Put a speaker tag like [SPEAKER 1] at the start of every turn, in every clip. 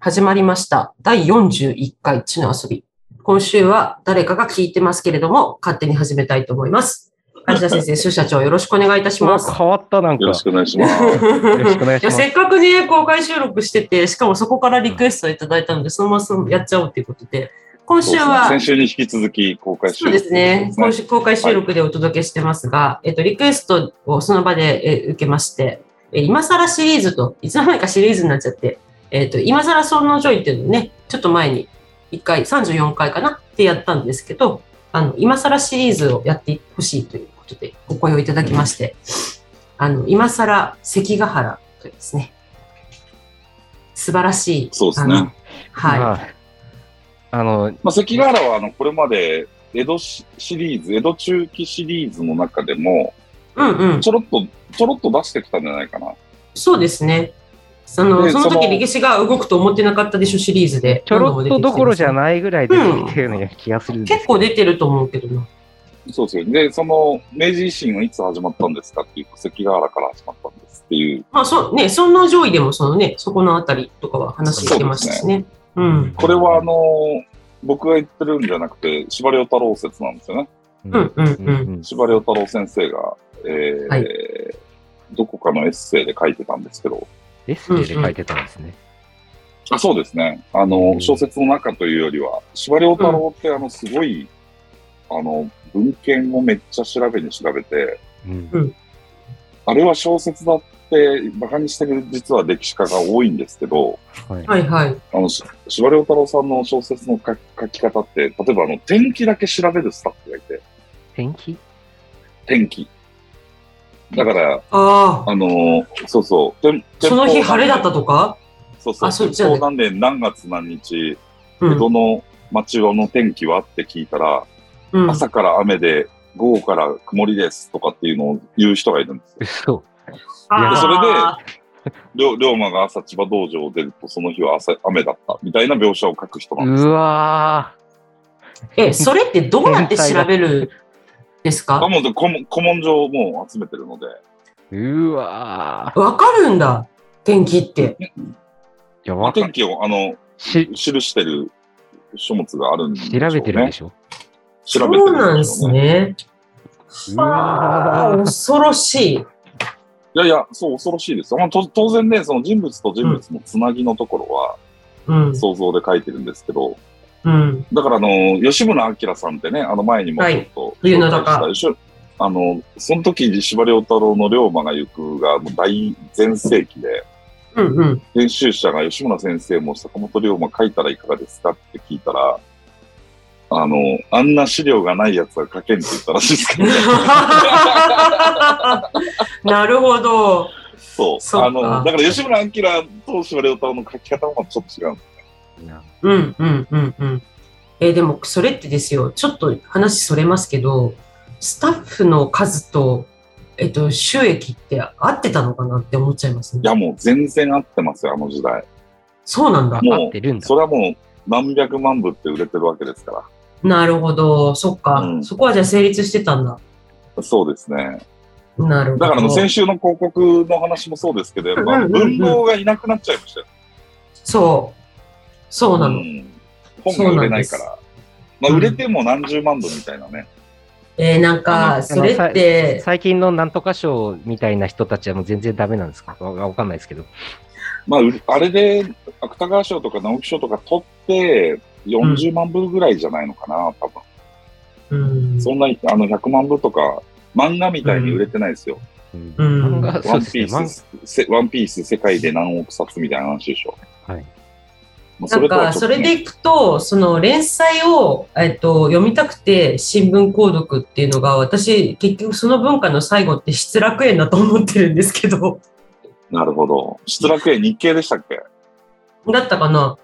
[SPEAKER 1] 始まりました。第41回地の遊び。今週は誰かが聞いてますけれども、勝手に始めたいと思います。梶田先 生、周社長、よろしくお願いいたし
[SPEAKER 2] うわ
[SPEAKER 1] ます。
[SPEAKER 2] 変わった、なんか。
[SPEAKER 3] よろしくお願いし ます。
[SPEAKER 2] ろしくお願いします
[SPEAKER 1] やせっかくね、公開収録してて、しかもそこからリクエストいただいたので、そのままやっちゃおうということで、今週は、
[SPEAKER 3] 先週に引き続き公開
[SPEAKER 1] そうですね。今週公開収録でお届けしてますが、えっと、リクエストをその場でえー受けまして、えー今更シリーズと、いつの間にかシリーズになっちゃって、えっと、今更そのジョイっていうのをね、ちょっと前に1回、34回かなってやったんですけど、あの、今更シリーズをやってほしいということで、お声をいただきまして、あの、今更関ヶ原というですね、素晴らしい。
[SPEAKER 3] そうです
[SPEAKER 1] あ
[SPEAKER 3] ね
[SPEAKER 1] のはい。
[SPEAKER 2] まああの、
[SPEAKER 3] まあ、関ヶ原はあのこれまで江戸シリーズ、江戸中期シリーズの中でも、
[SPEAKER 1] うんうん。
[SPEAKER 3] ちょろっと、ちょろっと出してきたんじゃないかな。
[SPEAKER 1] そうですね。その
[SPEAKER 3] で
[SPEAKER 1] その
[SPEAKER 3] そ
[SPEAKER 1] 時、
[SPEAKER 3] の
[SPEAKER 1] 歴史が動くと思ってなかったでしょシリーズで。
[SPEAKER 2] ちょろっとどころじゃ
[SPEAKER 1] い。
[SPEAKER 2] ないぐらい出てきてるような気がするんです
[SPEAKER 1] 結構出てると思うけどな。
[SPEAKER 3] そうですよね。で、その、明治維新はいつ始まったんですかっていうと、関ヶ原から始まったんですっていう、
[SPEAKER 1] まあ、そうね、その上位でもそのね、そこのあたりとかは話してましたしね。うん。
[SPEAKER 3] これはあの僕が言ってるんじゃなくて、司馬遼太郎説なんですよね。
[SPEAKER 1] うんうんうん。
[SPEAKER 3] 司馬遼太郎先生が、えー
[SPEAKER 1] はい
[SPEAKER 3] どこかのエッセイで書いてたんですけど、
[SPEAKER 2] エッセイで書いてたんですね。
[SPEAKER 3] あそうですね。あ
[SPEAKER 2] う
[SPEAKER 3] の、
[SPEAKER 2] ん
[SPEAKER 3] 小説の中というよりは、司馬遼太郎って、あの、すごい、あの、文献をめっちゃ調べに調べて、
[SPEAKER 2] うん
[SPEAKER 1] うん
[SPEAKER 3] あれは小説だって、馬鹿にしてる実は歴史家が多いんですけど、
[SPEAKER 2] はい
[SPEAKER 1] はいはい。
[SPEAKER 3] あの、し司馬遼太郎さんの小説の書き書き方って、例えば、あの、天気だけ調べるスタッフがいて、
[SPEAKER 2] 天気
[SPEAKER 3] 天気。だから、
[SPEAKER 1] ああ、
[SPEAKER 3] あの、そうそう。天
[SPEAKER 1] その日晴れだった。とか
[SPEAKER 3] 天候何年そう
[SPEAKER 1] あそ
[SPEAKER 3] そうう。
[SPEAKER 1] じゃあね
[SPEAKER 3] 天候何年何月何日、
[SPEAKER 1] う
[SPEAKER 3] 江
[SPEAKER 1] ん。
[SPEAKER 3] 戸の町の天気はって聞いたら、
[SPEAKER 1] うん、
[SPEAKER 3] 朝から雨で、午後から曇りですとかっていうのを言う人がいるんですよ。
[SPEAKER 2] 嘘。
[SPEAKER 1] あー
[SPEAKER 3] それでりょ龍馬が朝千葉道場を出ると、その日は朝雨だったみたいな描写を書く人なんです。
[SPEAKER 2] うわ
[SPEAKER 1] え、それってどうやって調べるんです
[SPEAKER 3] あ
[SPEAKER 1] か
[SPEAKER 3] もう古文古文書をもう集めてるので、
[SPEAKER 2] ー。うわー。
[SPEAKER 1] わかるんだ。天気って。
[SPEAKER 2] いや、わか
[SPEAKER 3] 天気をあの
[SPEAKER 2] し、
[SPEAKER 3] 記してる書物があるんでしょう、
[SPEAKER 2] 調
[SPEAKER 3] ね。
[SPEAKER 2] べてるんでしょ
[SPEAKER 3] 調べて
[SPEAKER 1] そう
[SPEAKER 3] る
[SPEAKER 1] なん
[SPEAKER 3] で
[SPEAKER 1] で
[SPEAKER 3] し
[SPEAKER 1] す
[SPEAKER 3] ょうね。
[SPEAKER 1] ね。
[SPEAKER 2] う
[SPEAKER 1] あ
[SPEAKER 2] わ
[SPEAKER 1] あ、
[SPEAKER 2] ー。
[SPEAKER 1] 恐ろしい。
[SPEAKER 3] いやいや、そう恐ろしいですよ。まあ、と当然ね、その人物と人物のつなぎのところは
[SPEAKER 1] うん。
[SPEAKER 3] 想像で書いてるんですけど、
[SPEAKER 1] うん。
[SPEAKER 3] だからあの、吉村明さんってね、あの前にもちょっと、
[SPEAKER 1] はい冬の中
[SPEAKER 3] 紹介したあの、その時に司馬遼太郎の龍馬が行くがもう大前世紀で、
[SPEAKER 1] うんうん。
[SPEAKER 3] 編集者が吉村先生も坂本龍馬書いたらいかがですかって聞いたら、あの、あんな資料がないやつは書けんって言ったらしいです けどね、
[SPEAKER 1] なるほど。
[SPEAKER 3] そう。
[SPEAKER 1] そうか
[SPEAKER 3] あの、だから吉村明と司馬遼太郎の書き方はちょっと違うんです。
[SPEAKER 1] うんうんうんうん。えーでもそれってですよ、ちょっと話それますけど、スタッフの数と、えっと、収益って合ってたのかなって思っちゃいます
[SPEAKER 3] い
[SPEAKER 1] ね。
[SPEAKER 3] や、もう全然合ってますよ、あの時代。
[SPEAKER 1] そうなんだ。
[SPEAKER 2] 合ってるんだ
[SPEAKER 3] そ。れはもう何百万部って売れてるわけですか
[SPEAKER 1] なるほど。そっか、
[SPEAKER 3] うん
[SPEAKER 1] そこはじゃあ成立してたんだ。
[SPEAKER 3] ら。そうですね。
[SPEAKER 1] なるほど。
[SPEAKER 3] だからあの先週の広告の話もそうですけど、やっ
[SPEAKER 1] うん
[SPEAKER 3] ぱ
[SPEAKER 1] うんうんうん
[SPEAKER 3] 文豪がいなくなっちゃいましたよ。
[SPEAKER 1] そう。そうなの。
[SPEAKER 3] ん本が売れないから。まあ、
[SPEAKER 1] うん
[SPEAKER 3] 売れても何十万部みたいなね。
[SPEAKER 1] えーなん
[SPEAKER 2] あ
[SPEAKER 1] か、
[SPEAKER 2] の
[SPEAKER 1] それって、
[SPEAKER 2] 最近のなんとか賞みたいな人たちはもう全然ダメなんですかわわかんないですけど。
[SPEAKER 3] まあ、売れあれで芥川賞とか直木賞とか取って、40万部ぐらいじゃないのかな、多分。
[SPEAKER 1] うん、
[SPEAKER 3] そんなに、あの、100万部とか、漫画みたいに売れてないですよ。
[SPEAKER 2] うん
[SPEAKER 1] うん
[SPEAKER 2] 漫画そ
[SPEAKER 3] ワ
[SPEAKER 2] う
[SPEAKER 3] ン
[SPEAKER 2] です
[SPEAKER 3] ピ
[SPEAKER 2] ね。
[SPEAKER 3] ー
[SPEAKER 2] 漫
[SPEAKER 3] ス、せワンピース世界で何億冊みたいな話でしょ。
[SPEAKER 2] 画はい。
[SPEAKER 3] まあ
[SPEAKER 1] なん
[SPEAKER 3] とは
[SPEAKER 1] か、
[SPEAKER 3] ちょ
[SPEAKER 1] そ
[SPEAKER 3] っと
[SPEAKER 1] れでいくと、その連載を、えっと、読みたくて、新聞購読っていうのが、私、結局その文化の最後って失楽園だと思ってるんですけど、
[SPEAKER 3] なるほど。失楽園日経でしたっけ
[SPEAKER 1] だったかな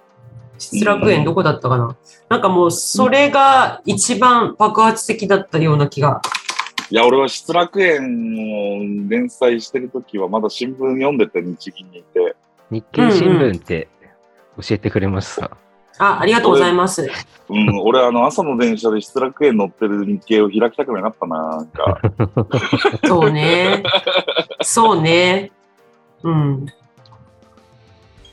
[SPEAKER 1] 失楽
[SPEAKER 3] う
[SPEAKER 1] 園
[SPEAKER 3] ん
[SPEAKER 1] どこだったかななんかもう、それが一番爆発的だったような気が。
[SPEAKER 3] いや、俺は失楽園を連載してるときは、まだ新聞読んでて、日銀にいて。
[SPEAKER 2] 日経新聞って教えてくれま した。
[SPEAKER 1] あ、ありがとうございます。
[SPEAKER 3] うん、 俺、あの、朝の電車で失楽園乗ってる日経を開きたくなかったな、なん か。
[SPEAKER 1] そうね。そうね。うん。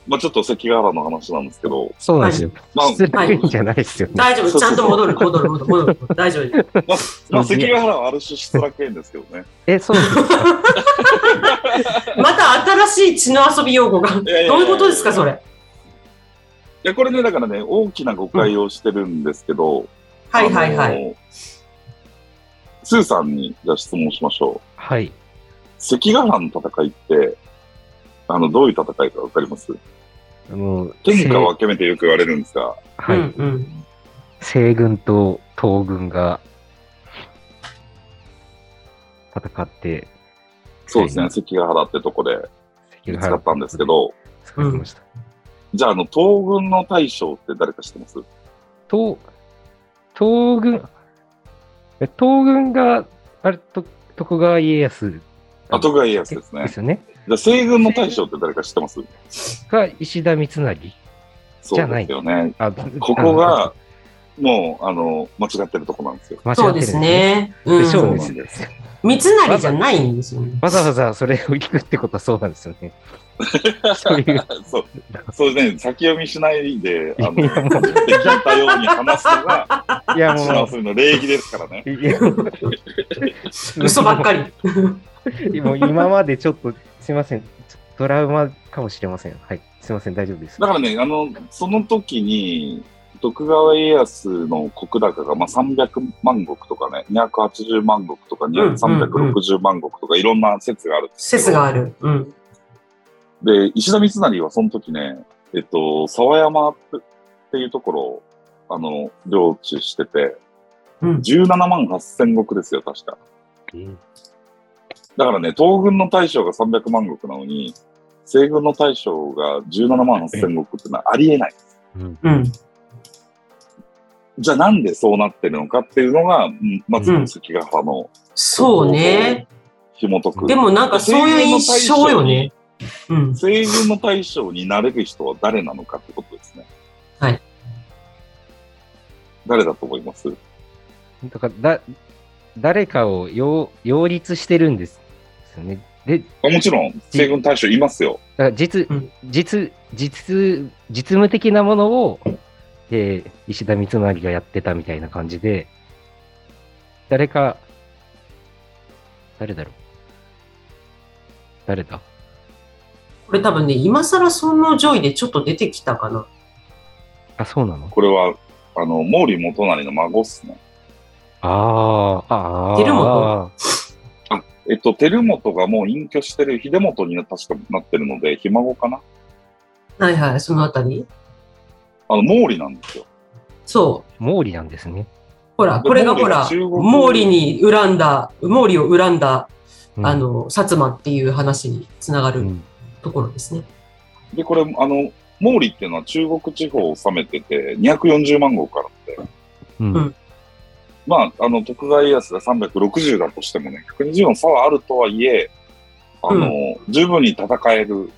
[SPEAKER 3] まあちょっと関ヶ原の話なんですけど、
[SPEAKER 2] そうなんですよ。
[SPEAKER 3] まあ
[SPEAKER 2] 失礼じゃないですよね。
[SPEAKER 1] 大丈夫、ちゃんと戻る、戻る、戻る、戻る、大丈夫です。
[SPEAKER 3] まあ、関ヶ原はある種失楽園ですけど ね。
[SPEAKER 2] え、そうですか。
[SPEAKER 1] また新しい血の遊び用語が。どう
[SPEAKER 3] やいや
[SPEAKER 1] いうことですか、それ。
[SPEAKER 3] いや、これね、だからね、大きな誤解をしてるんですけど、
[SPEAKER 1] はいはいはい。
[SPEAKER 3] い。スーさんに、じゃあ質問しましょう。
[SPEAKER 2] はい。
[SPEAKER 3] 関ヶ原の戦いって、あの、どういう戦いかわかります
[SPEAKER 2] もう、
[SPEAKER 3] 天下分け目てよく言われるんですが、
[SPEAKER 2] せいは
[SPEAKER 1] う
[SPEAKER 2] い。
[SPEAKER 1] んうん。
[SPEAKER 2] 西軍と東軍が戦って、
[SPEAKER 3] そうです
[SPEAKER 2] は
[SPEAKER 3] ね、
[SPEAKER 2] い
[SPEAKER 3] 関ヶ原ってとこで見つかったんですけ。ど、
[SPEAKER 2] 使ってました。
[SPEAKER 3] じゃあ、あの、東軍の大将って誰か知ってます
[SPEAKER 2] 東、東軍、え東軍が、あれ、と徳川家康。
[SPEAKER 3] あ徳川家康ですね
[SPEAKER 2] ですよね。
[SPEAKER 3] じゃあ、西軍の大将って誰か知ってます
[SPEAKER 2] が石田三成。
[SPEAKER 3] そうですよね。
[SPEAKER 2] あ、
[SPEAKER 3] ここが、もう、あの、間違ってるとこなんですよ。
[SPEAKER 2] あ、間違
[SPEAKER 1] そう
[SPEAKER 2] ってる
[SPEAKER 1] んです。ね。う
[SPEAKER 2] で
[SPEAKER 1] ん。
[SPEAKER 2] しょう
[SPEAKER 3] そうなん
[SPEAKER 2] ね
[SPEAKER 3] で。
[SPEAKER 1] 三成じゃないんですよね。
[SPEAKER 2] わざわざそれを聞くってことはそうなんですよね。そういう。
[SPEAKER 3] そう。そうですね、先読みしないで、あの、
[SPEAKER 2] いやもう
[SPEAKER 3] で聞いたように話すのが、
[SPEAKER 2] いや
[SPEAKER 3] 品
[SPEAKER 2] も
[SPEAKER 3] をするの礼儀ですからね。
[SPEAKER 2] う。いや
[SPEAKER 1] 嘘ばっかり。
[SPEAKER 2] もう今までちょっと、すいません。トラウマかもしれません。はい。すいません。大丈夫です。
[SPEAKER 3] だからね、あの、その時に、徳川家康の石高が、まあ、300万石とかね、280万石とか、
[SPEAKER 1] ん
[SPEAKER 3] 360万石とか、いろんな説があるんですけど
[SPEAKER 1] 説がある。うん。
[SPEAKER 3] で、石田三成はその時ね、えっと、沢山っていうところを、あの、領地してて、
[SPEAKER 1] うん。
[SPEAKER 3] 17万8000石ですよ、確か。
[SPEAKER 2] うん
[SPEAKER 3] だからね、東軍の大将が300万石なのに、西軍の大将が17万8000石ってのはありえない。
[SPEAKER 2] うん。
[SPEAKER 1] うん。
[SPEAKER 3] じゃあなんでそうなってるのかっていうのが、うんまずこの関ヶ原の
[SPEAKER 1] そうね。
[SPEAKER 3] 紐解く。
[SPEAKER 1] でもなんかそういう印象よね。うん。
[SPEAKER 3] 西軍の大将になれる人は誰なのかってことですね。
[SPEAKER 1] はい。
[SPEAKER 3] 誰だと思います
[SPEAKER 2] だから、だ、誰かを擁擁立してるんです。ですよね。で、だか
[SPEAKER 3] あもちろん、西軍大将いますよ。
[SPEAKER 2] ら実、
[SPEAKER 1] うん
[SPEAKER 2] 実、実、実務的なものを、えー石田三成がやってたみたいな感じで、誰か、誰だろう誰だ
[SPEAKER 1] これ多分ね、今更その上位でちょっと出てきたかな。
[SPEAKER 2] あ、そうなの
[SPEAKER 3] これは、あの、毛利元就の孫っすね。
[SPEAKER 2] あーあー。
[SPEAKER 1] 照元
[SPEAKER 2] あ
[SPEAKER 3] えっと、照元がもう隠居してる、秀元に確かなってるので、ひ孫かな
[SPEAKER 1] はいはい、そのあたり。
[SPEAKER 3] あの、毛利なんですよ。
[SPEAKER 1] そう。
[SPEAKER 2] ー毛利なんですね。
[SPEAKER 1] ほら、これがほら、
[SPEAKER 3] 毛利が中
[SPEAKER 1] 毛
[SPEAKER 3] 国
[SPEAKER 1] 利に恨んだ、毛利を恨んだ、
[SPEAKER 2] うん
[SPEAKER 1] あ、の、薩摩っていう話につなが
[SPEAKER 2] う
[SPEAKER 1] る
[SPEAKER 2] ん
[SPEAKER 1] ところですね。
[SPEAKER 3] で、これ、あの、毛利っていうのは中国地方を治めてて、240万石からって、
[SPEAKER 2] うん
[SPEAKER 1] うん
[SPEAKER 3] まあ、あの、徳川家康が360だとしてもね、120の差はあるとはいえ、あの、十分に戦える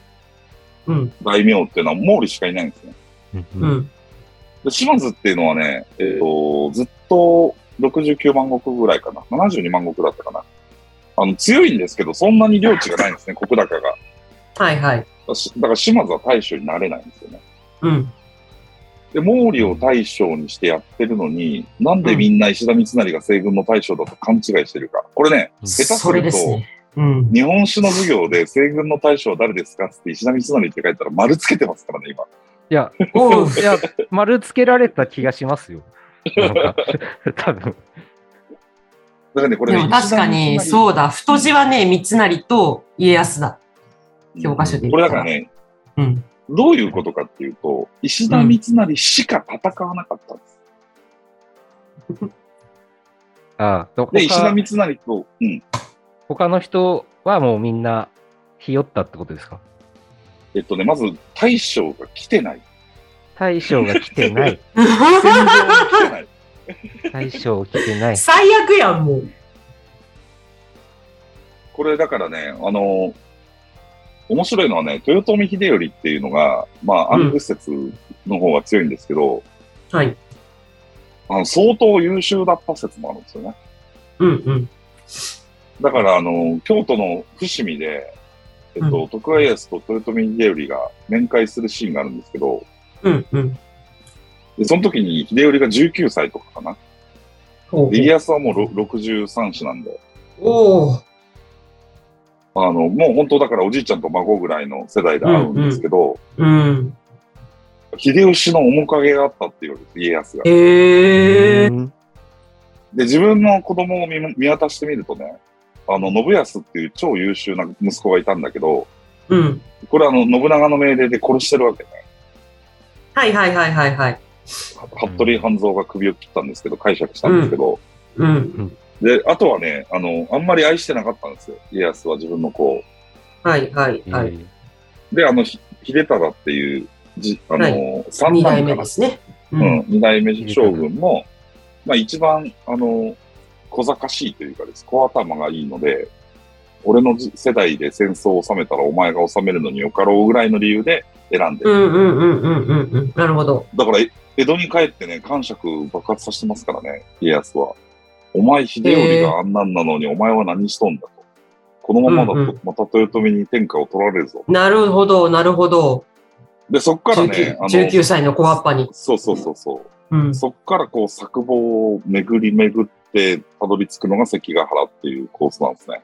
[SPEAKER 1] うん、
[SPEAKER 3] 大名っていうのは毛利しかいないんですね。
[SPEAKER 2] うん
[SPEAKER 1] う
[SPEAKER 2] うん
[SPEAKER 1] ん、
[SPEAKER 3] で、島津っていうのはね、えっ、と、ずっと69万石ぐらいかな、72万石だったかな。あの、強いんですけど、そんなに領地がないんですね、国高が。
[SPEAKER 1] はいはい。
[SPEAKER 3] だしだから島津は大将になれないんですよね。
[SPEAKER 1] うん、
[SPEAKER 3] で、毛利を大将にしてやってるのに、なんでみんな石田三成が西軍の大将だと勘違いしてるか。これね、手すると
[SPEAKER 1] それですね。うん、
[SPEAKER 3] 日本史の授業で西軍の大将は誰ですかっつって石田三成って書いたら丸つけてますからね、今。
[SPEAKER 2] いや、
[SPEAKER 1] おう
[SPEAKER 2] いや、丸つけられた気がしますよ。なんか、 多分。
[SPEAKER 3] だからね、これ
[SPEAKER 1] で
[SPEAKER 3] ね、
[SPEAKER 1] も確かに、そうだ、太字はね、三成と家康だ。
[SPEAKER 3] うん
[SPEAKER 1] 教科書で言
[SPEAKER 3] こ
[SPEAKER 1] ったら
[SPEAKER 3] れだからね、
[SPEAKER 1] うん、
[SPEAKER 3] どういうことかっていうと、石田三成しか戦わなかったんです。
[SPEAKER 2] ああ、ど
[SPEAKER 3] で、石田
[SPEAKER 2] 他
[SPEAKER 3] 三成と、うん、
[SPEAKER 2] 他の人はもうみんな、ひよったってことですか
[SPEAKER 3] えっとね、まず大将が来てない。
[SPEAKER 2] 大将が来 てない。
[SPEAKER 3] 戦場が来てない。
[SPEAKER 2] 大将来 てない。
[SPEAKER 1] 最悪やん、もう。
[SPEAKER 3] これだからね、あの、面白いのはね、豊臣秀頼っていうのが、まあ、
[SPEAKER 1] うん
[SPEAKER 3] 暗愚説の方が強いんですけど、
[SPEAKER 1] はい。
[SPEAKER 3] あの相当優秀だった説もあるんですよね。
[SPEAKER 1] うん、うん。
[SPEAKER 3] だから、あの、京都の伏見で、えっと、徳川家康と豊臣秀頼が面会するシーンがあるんですけど、
[SPEAKER 1] うんうん。
[SPEAKER 3] でその時に秀頼が19歳とかかな。
[SPEAKER 1] ほう
[SPEAKER 3] で家康はもうろ63歳なんで、
[SPEAKER 1] おお。
[SPEAKER 3] あの、もう本当だからおじいちゃんと孫ぐらいの世代で会うんですけど、
[SPEAKER 1] うん。
[SPEAKER 3] 秀吉の面影があったっていうわけです、家康が。
[SPEAKER 1] へえ。
[SPEAKER 2] うん
[SPEAKER 3] で、自分の子供を見も見渡してみるとね、あの、信康っていう超優秀な息子がいたんだけど、
[SPEAKER 1] うん。
[SPEAKER 3] これあの、信長の命令で殺してるわけね。
[SPEAKER 1] はいはいはいはいはい。
[SPEAKER 3] は服部半蔵が首を切ったんですけど、解釈したんですけど、
[SPEAKER 1] うん。
[SPEAKER 3] で、あとはね、あの、あんまり愛してなかったんですよ、家康は自分の子を。
[SPEAKER 1] はいはい
[SPEAKER 2] え
[SPEAKER 1] はい。
[SPEAKER 2] ー
[SPEAKER 3] で、あの、ひ秀忠っていう、じあ
[SPEAKER 1] は
[SPEAKER 3] の、三
[SPEAKER 1] 二代
[SPEAKER 3] 男か
[SPEAKER 1] 目
[SPEAKER 3] な
[SPEAKER 1] で。すね。う
[SPEAKER 3] うん。二代目将軍の、まあ一番、あの、小賢しいというかです、小頭がいいので、俺のじ世代で戦争を収めたらお前が収めるのによかろうぐらいの理由で選んで
[SPEAKER 1] う
[SPEAKER 3] る。
[SPEAKER 1] んうんうんうんうんうん。なるほど。
[SPEAKER 3] だから、え江戸に帰ってね、感触爆発させてますからね、家康は。お前、秀頼があんなんなのに、お前は何しとんだと。このままだと、
[SPEAKER 1] うんうん
[SPEAKER 3] また豊臣に天下を取られるぞ。
[SPEAKER 1] なるほど、なるほど。
[SPEAKER 3] で、そっからね
[SPEAKER 1] 19、19歳の小葉っぱに。
[SPEAKER 3] そうそうそうそう。
[SPEAKER 1] うん。
[SPEAKER 3] そっからこう作望を巡り巡ってたどり着くのが関ヶ原っていうコースなんですね。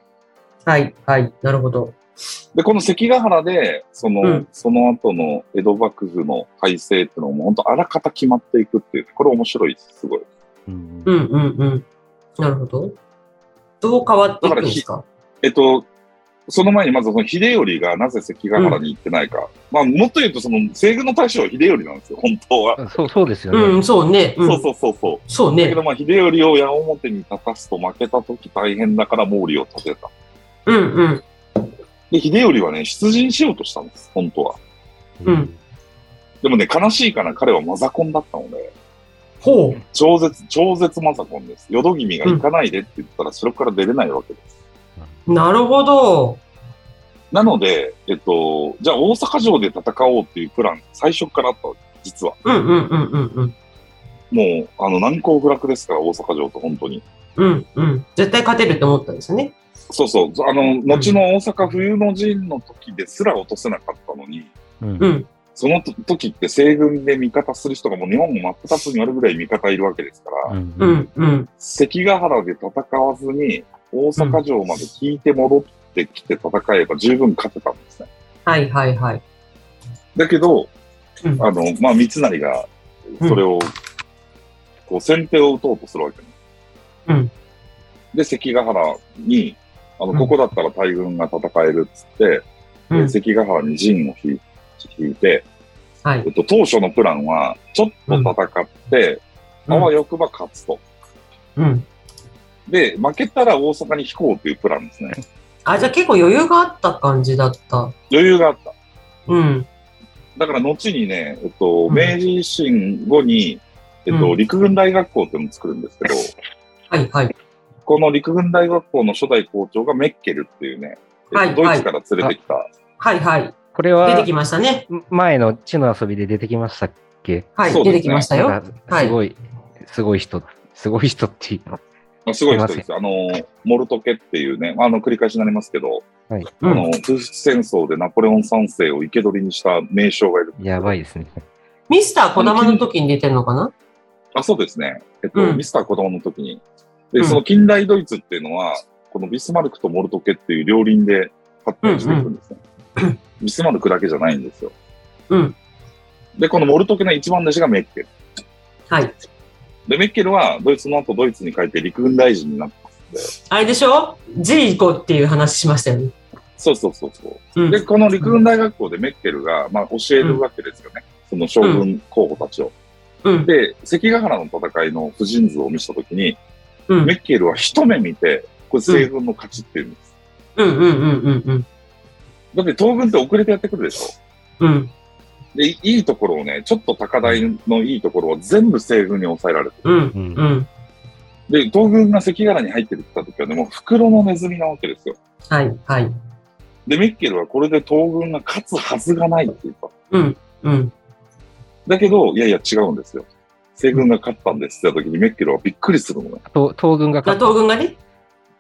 [SPEAKER 1] はいはい。なるほど。
[SPEAKER 3] で、この関ヶ原で、その、
[SPEAKER 1] うん
[SPEAKER 3] その後の江戸幕府の改正っていうのも本当あらかた決まっていくっていう、これ面白いです、すごい。
[SPEAKER 2] うん
[SPEAKER 1] うんうんうん。なるほど。どう変わっていくんですか
[SPEAKER 3] えっと、その前にまずその秀頼がなぜ関ヶ原に行ってないか。まあ、もっと言うとその西軍の大将は秀頼なんですよ、本当は。
[SPEAKER 2] あそうそうですよね。
[SPEAKER 1] うん、そうね。うん
[SPEAKER 3] そうそうそうそう。
[SPEAKER 1] そう
[SPEAKER 3] だ
[SPEAKER 1] ね
[SPEAKER 3] け。どまあ、秀頼を矢面に立たすと負けた時大変だから毛利を立てた。
[SPEAKER 1] うんうん。
[SPEAKER 3] で、秀頼はね、出陣しようとしたんです、本当は。
[SPEAKER 1] うん
[SPEAKER 3] でもね、悲しいから彼はマザコンだったので、
[SPEAKER 1] ほう。
[SPEAKER 3] 超絶、超絶マザコンです。淀君が行かないでって言ったら、それから出れないわけです。
[SPEAKER 1] なるほど。
[SPEAKER 3] なので、えっと、じゃあ大阪城で戦おうっていうプラン、最初からあったわけです、実は。
[SPEAKER 1] うんうんうんうんうん。
[SPEAKER 3] もう、あの、難攻不落ですから、大阪城と本当に。
[SPEAKER 1] うんうん。絶対勝てると思ったんですよね。
[SPEAKER 3] そうそう、あの、後の大阪冬の陣の時ですら落とせなかったのに、
[SPEAKER 2] うん
[SPEAKER 1] うん。
[SPEAKER 3] その時って西軍で味方する人がもう日本も真っ二つになるぐらい味方いるわけですから、
[SPEAKER 2] うん
[SPEAKER 1] う
[SPEAKER 2] うん
[SPEAKER 1] んうん。
[SPEAKER 3] 関ヶ原で戦わずに、大阪城まで引いて戻ってきて戦えば十分勝てたんですね。
[SPEAKER 1] はいはいはい。
[SPEAKER 3] だけど、
[SPEAKER 1] うん
[SPEAKER 3] あの、まあ、三成が、それを、こう、先手を打とうとするわけね。
[SPEAKER 1] うん
[SPEAKER 3] で、関ヶ原に、あの、
[SPEAKER 1] うん
[SPEAKER 3] ここだったら大軍が戦えるっつって、
[SPEAKER 1] う
[SPEAKER 3] で
[SPEAKER 1] ん。
[SPEAKER 3] 関ヶ原に陣を引い引いて、
[SPEAKER 1] はい
[SPEAKER 3] え。っと、当初のプランは、ちょっと戦って、
[SPEAKER 1] うん
[SPEAKER 3] あわよくば勝つと。
[SPEAKER 1] うん。
[SPEAKER 3] で、負けたら大阪に引こうというプランですね。
[SPEAKER 1] あ、じゃあ結構余裕があった感じだった。
[SPEAKER 3] 余裕があった。
[SPEAKER 1] うん。
[SPEAKER 3] だから後にね、えっと、
[SPEAKER 1] うん
[SPEAKER 3] 明治維新後に、えっ
[SPEAKER 1] う
[SPEAKER 3] と、
[SPEAKER 1] ん
[SPEAKER 3] 陸軍大学校っていうのを作るんですけど、
[SPEAKER 1] はいはい。
[SPEAKER 3] この陸軍大学校の初代校長がメッケルっていうね、えっと
[SPEAKER 1] はい
[SPEAKER 3] ドイツから連れてきた、
[SPEAKER 1] はいはい。
[SPEAKER 2] これ
[SPEAKER 1] 出て
[SPEAKER 2] は
[SPEAKER 1] きましたね。
[SPEAKER 2] 前の地の遊びで出てきましたっけ
[SPEAKER 1] はい。
[SPEAKER 3] そうですね
[SPEAKER 1] 出てきました
[SPEAKER 2] な
[SPEAKER 1] よ。
[SPEAKER 2] んか
[SPEAKER 1] はい
[SPEAKER 2] すごい、すごい人、すごい人っていうの。
[SPEAKER 3] あすごい人ですよ。あの、モルトケっていうね、あの、繰り返しになりますけど、
[SPEAKER 1] う
[SPEAKER 3] あ
[SPEAKER 1] ん。
[SPEAKER 3] の、風仏戦争でナポレオン三世を生け捕りにした名将がいる。
[SPEAKER 2] やばいですね。
[SPEAKER 1] ミスター小玉の時に出てるのかな
[SPEAKER 3] あ、そうですね。えっと、
[SPEAKER 1] うん
[SPEAKER 3] ミスター子供の時に。
[SPEAKER 1] う
[SPEAKER 3] で、
[SPEAKER 1] ん
[SPEAKER 3] その近代ドイツっていうのは、このビスマルクとモルトケっていう両輪で発展していくんですね。ビスマルクだけじゃないんですよ。
[SPEAKER 1] うん。
[SPEAKER 3] で、このモルトケの一番弟子がメッケル。
[SPEAKER 1] はい。
[SPEAKER 3] で、メッケルはドイツの後ドイツに帰って陸軍大臣になった。
[SPEAKER 1] あれでしょジーコっていう話しましたよね。
[SPEAKER 3] そうそうそうそう。
[SPEAKER 1] うん
[SPEAKER 3] で、。この陸軍大学校でメッケルが、まあ、教えるわけですよね。その将軍候補たちを。
[SPEAKER 1] うん。
[SPEAKER 3] で、関ヶ原の戦いの婦人図を見せたときに、
[SPEAKER 1] うん
[SPEAKER 3] メ。ッケルは一目見て、これ西軍の勝ちっていうんです。
[SPEAKER 1] うんうんうんうんうん。
[SPEAKER 3] だって東軍って遅れてやってくるでしょ。
[SPEAKER 1] うん。
[SPEAKER 3] で、いいところをね、ちょっと高台のいいところを全部西軍に抑えられてる。
[SPEAKER 1] うん。
[SPEAKER 2] うん
[SPEAKER 1] うん。
[SPEAKER 3] で、東軍が関ヶ原に入ってきた時はね、もう袋のネズミなわけですよ。
[SPEAKER 1] はいはい。
[SPEAKER 3] で、メッケルはこれで東軍が勝つはずがないって言った。
[SPEAKER 1] うん。うん。
[SPEAKER 3] だけど、いやいや違うんですよ。西軍が勝ったんですって言った時にメッケルはびっくりするのね。
[SPEAKER 2] と東軍が
[SPEAKER 1] まあ
[SPEAKER 2] 勝っ
[SPEAKER 1] 東軍がね。